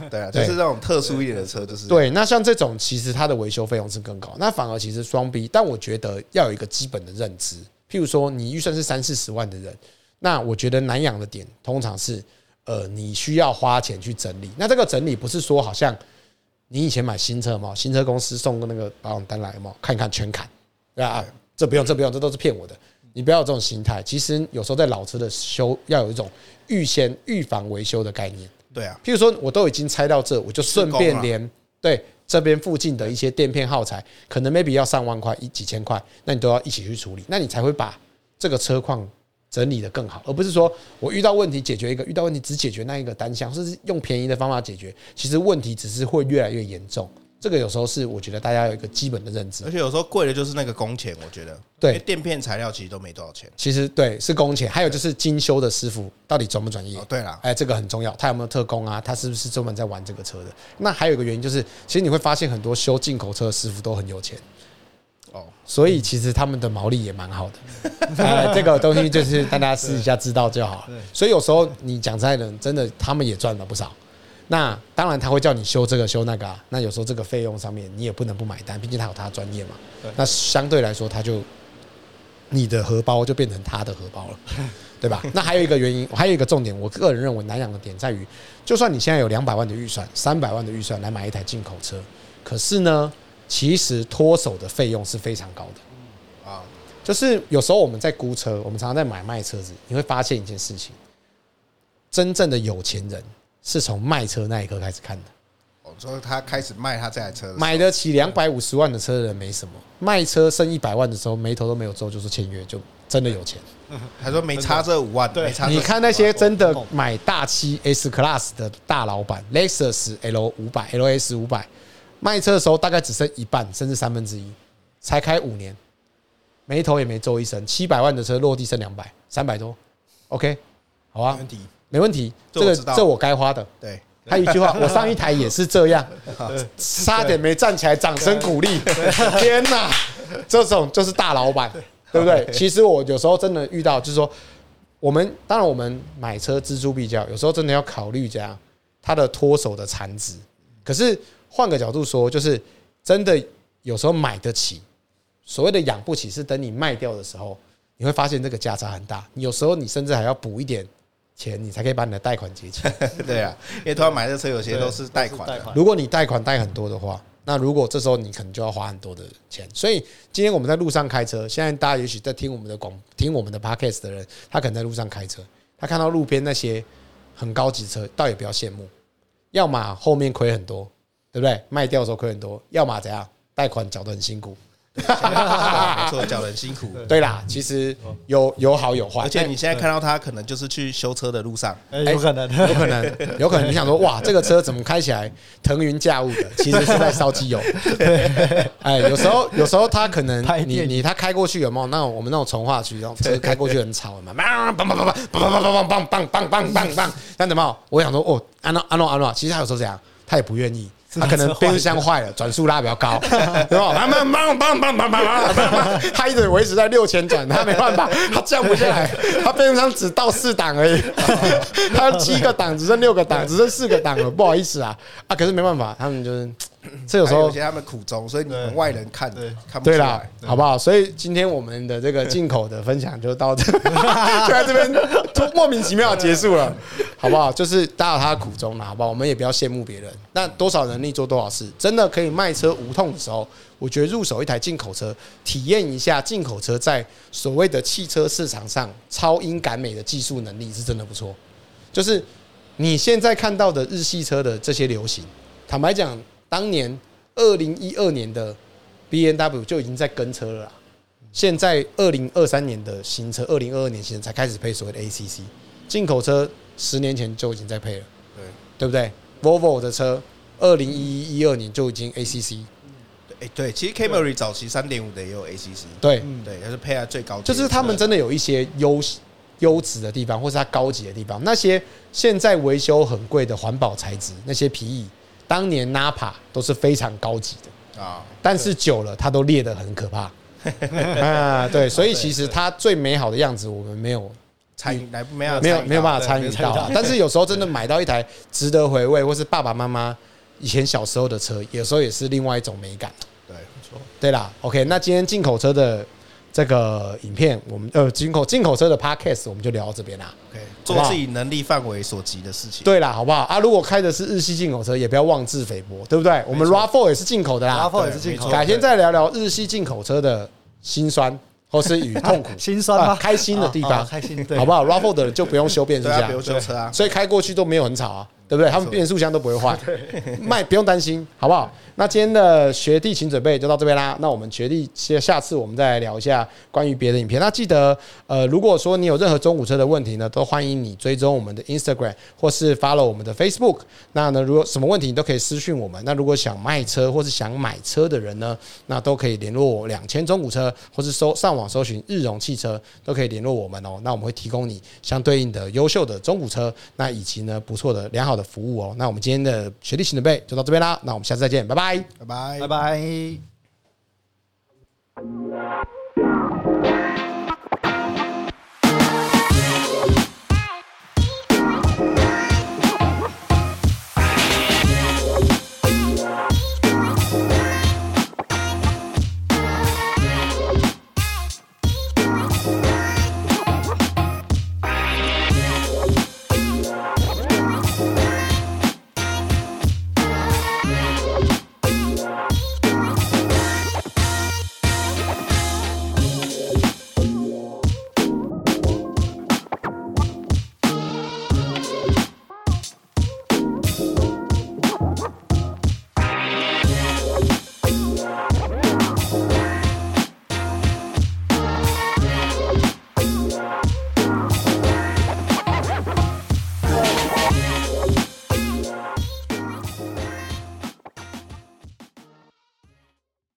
Speaker 3: 对啊，就是那种特殊一点的车，就是
Speaker 2: 对，那像这种其实它的维修费用是更高，那反而其实双 B，但我觉得要有一个基本的认知，譬如说你预算是三四十万的人，那我觉得难养的点通常是，呃，你需要花钱去整理。那这个整理不是说好像你以前买新车嘛，新车公司送个那个保养单来嘛，看一看全砍，对啊，这不用，这不用，这都是骗我的。你不要有这种心态。其实有时候在老车的修，要有一种预先预防维修的概念。
Speaker 3: 对啊，
Speaker 2: 譬如说我都已经拆到这，我就顺便连对这边附近的一些垫片耗材，可能 maybe 要上万块一几千块，那你都要一起去处理，那你才会把这个车况整理的更好，而不是说我遇到问题解决一个，遇到问题只解决那一个单项，或是用便宜的方法解决，其实问题只是会越来越严重。这个有时候是我觉得大家有一个基本的认知
Speaker 3: 而。且有时候贵的就是那个工钱，我觉得，
Speaker 2: 对
Speaker 3: 因为垫片材料其实都没多少钱。
Speaker 2: 其实对是工钱，还有就是精修的师傅到底专不专业
Speaker 3: 哦，？对啦，
Speaker 2: 哎，这个很重要，他有没有特工啊？他是不是专门在玩这个车的？那还有一个原因就是，其实你会发现很多修进口车的师傅都很有钱，
Speaker 3: 哦，
Speaker 2: 所以其实他们的毛利也蛮好的。 哎，这个东西就是大家私底下知道就好
Speaker 4: 对
Speaker 2: 了。所以有时候你讲在的，真的他们也赚了不少。那当然他会叫你修这个修那个啊，那有时候这个费用上面你也不能不买单，毕竟他有他的专业嘛
Speaker 3: 对。
Speaker 2: 那相对来说，他就你的荷包就变成他的荷包了， 对吧？那还有一个原因，还有一个重点，我个人认为难养的点在于，就算你现在有两百万的预算、三百万的预算来买一台进口车，可是呢，其实脱手的费用是非常高的。
Speaker 3: 啊，
Speaker 2: 就是有时候我们在估车，我们常常在买卖车子，你会发现一件事情：真正的有钱人是从卖车那一刻开始看的。
Speaker 3: 我哦说他开始卖他这台车的时候，
Speaker 2: 买得起两百五十万的车的人没什么，卖车剩一百万的时候，眉头都没有皱，就说签约，就真的有钱。
Speaker 3: 他说没差这五万，
Speaker 4: 对
Speaker 3: 没差这10万。
Speaker 2: 你看那些真的
Speaker 4: 懂
Speaker 2: 买大七 S Class 的大老板，Lexus L 五百、LS 五百，卖车的时候大概只剩一半，甚至三分之一，才开五年，眉头也没皱一声。七百万的车落地剩两百、三百多，OK，好
Speaker 3: 没
Speaker 2: 啊，
Speaker 3: 问题，
Speaker 2: 没问题，
Speaker 3: 这
Speaker 2: 这
Speaker 3: 我
Speaker 2: 个
Speaker 3: 知道
Speaker 2: 这我该花的。
Speaker 3: 对，
Speaker 2: 还有一句话，我上一台也是这 样，差点没站起来，掌声鼓励。天哪，这种就是大老板，对不对？其实我有时候真的遇到，就是说，我们当然我们买车锱铢必较，有时候真的要考虑这样它的脱手的残值。可是换个角度说，就是真的有时候买得起，所谓的养不起，是等你卖掉的时候，你会发现这个价差很大。你有时候你甚至还要补一点钱，你才可以把你的贷款结清。
Speaker 3: 对啊，因为他买这车有些都是贷款
Speaker 4: 贷
Speaker 3: 的，
Speaker 4: 款，
Speaker 2: 如果你贷款贷很多的话，那如果这时候你可能就要花很多的钱。所以今天我们在路上开车，现在大家也许在听我们的广听我们的 podcast 的人，他可能在路上开车，他看到路边那些很高级的车，倒也不要羡慕，要么后面亏很多，对不对？卖掉的时候亏很多，要么怎样？贷款缴得很辛苦，
Speaker 3: 没错，叫人辛苦。
Speaker 2: 对啦，其实有有好有坏，
Speaker 3: 而且你现在看到他，可能就是去修车的路上，
Speaker 4: 哎，有可能，
Speaker 2: 有 可能，有可能你想说，哇，这个车怎么开起来腾云驾雾的？其实是在烧机油。哎，有时候，有时候他可能
Speaker 4: 拍电
Speaker 2: 你
Speaker 4: 影
Speaker 2: 你他开过去有没有那种我们那种从化区，然后车开过去很吵嘛，梆梆梆梆梆梆梆梆梆梆梆梆梆，但怎么样？我想说，哦，安诺安诺安诺，其实他有时候这样，他也不愿意。他可能变速箱坏了，转速拉比较 高，对吧？梆梆梆梆梆梆梆梆，他一直维持在六千转，他没办法，他降不下 来，他变速箱只到四档而已，他七个档只剩六个档，只剩四个档了，不好意思啊啊！可是没办法，他们就是这有时
Speaker 3: 还有
Speaker 2: 候
Speaker 3: 一些他们苦衷，所以你们外人看
Speaker 4: 对
Speaker 3: 看不
Speaker 2: 对
Speaker 3: 出
Speaker 2: 啦
Speaker 3: 来。，
Speaker 2: 好不好？所以今天我们的这个进口的分享就到这， 就在这边就莫名其妙结束了，好不好？就是大家有他的苦衷啦，好不好？我们也不要羡慕别人，那多少能力做多少事，真的可以卖车无痛的时候，我觉得入手一台进口车，体验一下进口车在所谓的汽车市场上超英赶美的技术能力是真的不错。就是你现在看到的日系车的这些流行，坦白讲，当年二零一二年的 B N W 就已经在跟车了啦。现在二零二三年的新车，二零二二年新车才开始配所谓的 A C C 进口车，十年前就已经在配了，对
Speaker 3: 对，
Speaker 2: 不对？Volvo 的车，二零一一一二年就已经 A C C，
Speaker 3: 哎对，其实 Camry 早期三点五的也有 ACC，
Speaker 2: 对，
Speaker 4: 嗯
Speaker 3: 对，它是配在最高阶
Speaker 2: 就
Speaker 3: 的，
Speaker 2: 是他们真的有一些优优质的地方，或是它高级的地方。那些现在维修很贵的环保材质，那些皮椅，当年 Napa 都是非常高级的，
Speaker 3: 啊，
Speaker 2: 但是久了它都裂得很可怕。啊，对，所以其实它最美好的样子，我们没有
Speaker 3: 参与来没有
Speaker 2: 没有
Speaker 3: 参与
Speaker 2: 没有办法
Speaker 3: 到
Speaker 2: 参
Speaker 3: 对
Speaker 2: 与
Speaker 3: 没
Speaker 2: 到
Speaker 4: 参 与
Speaker 2: 啊
Speaker 4: 到。
Speaker 2: 但是有时候真的买到一台值得回味，或是爸爸妈妈以前小时候的车，有时候也是另外一种美感。
Speaker 3: 对，
Speaker 2: 对啦，OK，那今天进口车的这个影片，我们呃进口进口车的 Podcast 我们就聊到这边啦。
Speaker 3: OK，
Speaker 2: 好不
Speaker 3: 做
Speaker 2: 好
Speaker 3: 自己能力范围所及的事情。
Speaker 2: 对啦，好不好啊？如果开的是日系进口车，也不要妄自菲薄，对不对？我们 RAV4 也是进口的啦
Speaker 4: RAV4 也是进口、
Speaker 2: 改天再聊聊日系进口车的辛酸或是与痛苦
Speaker 4: 心酸吗
Speaker 2: 啊开心的地
Speaker 4: 啊啊
Speaker 2: 方，
Speaker 4: 开心对
Speaker 2: 好不好？RAV4 的人就不用修变速
Speaker 3: 对啊，
Speaker 2: 箱
Speaker 3: 不用，修车啊，
Speaker 2: 所以开过去都没有很吵啊，对不对？他们变速箱都不会 坏，卖不用担心，好不好？那今天的学弟请准备就到这边啦。那我们学弟下下次我们再来聊一下关于别的影片。那记得呃，如果说你有任何中古车的问题呢，都欢迎你追踪我们的 Instagram 或是 follow 我们的 Facebook。那呢，如果什么问题你都可以私讯我们。那如果想卖车或是想买车的人呢，那都可以联络我两千中古车，或是搜上网搜寻日荣汽车，都可以联络我们哦。那我们会提供你相对应的优秀的中古车，那以及呢不错的良好的服务哦。那我们今天的学历请准备就到这边啦，那我们下次再见，拜拜。
Speaker 3: 拜拜
Speaker 4: 拜。拜。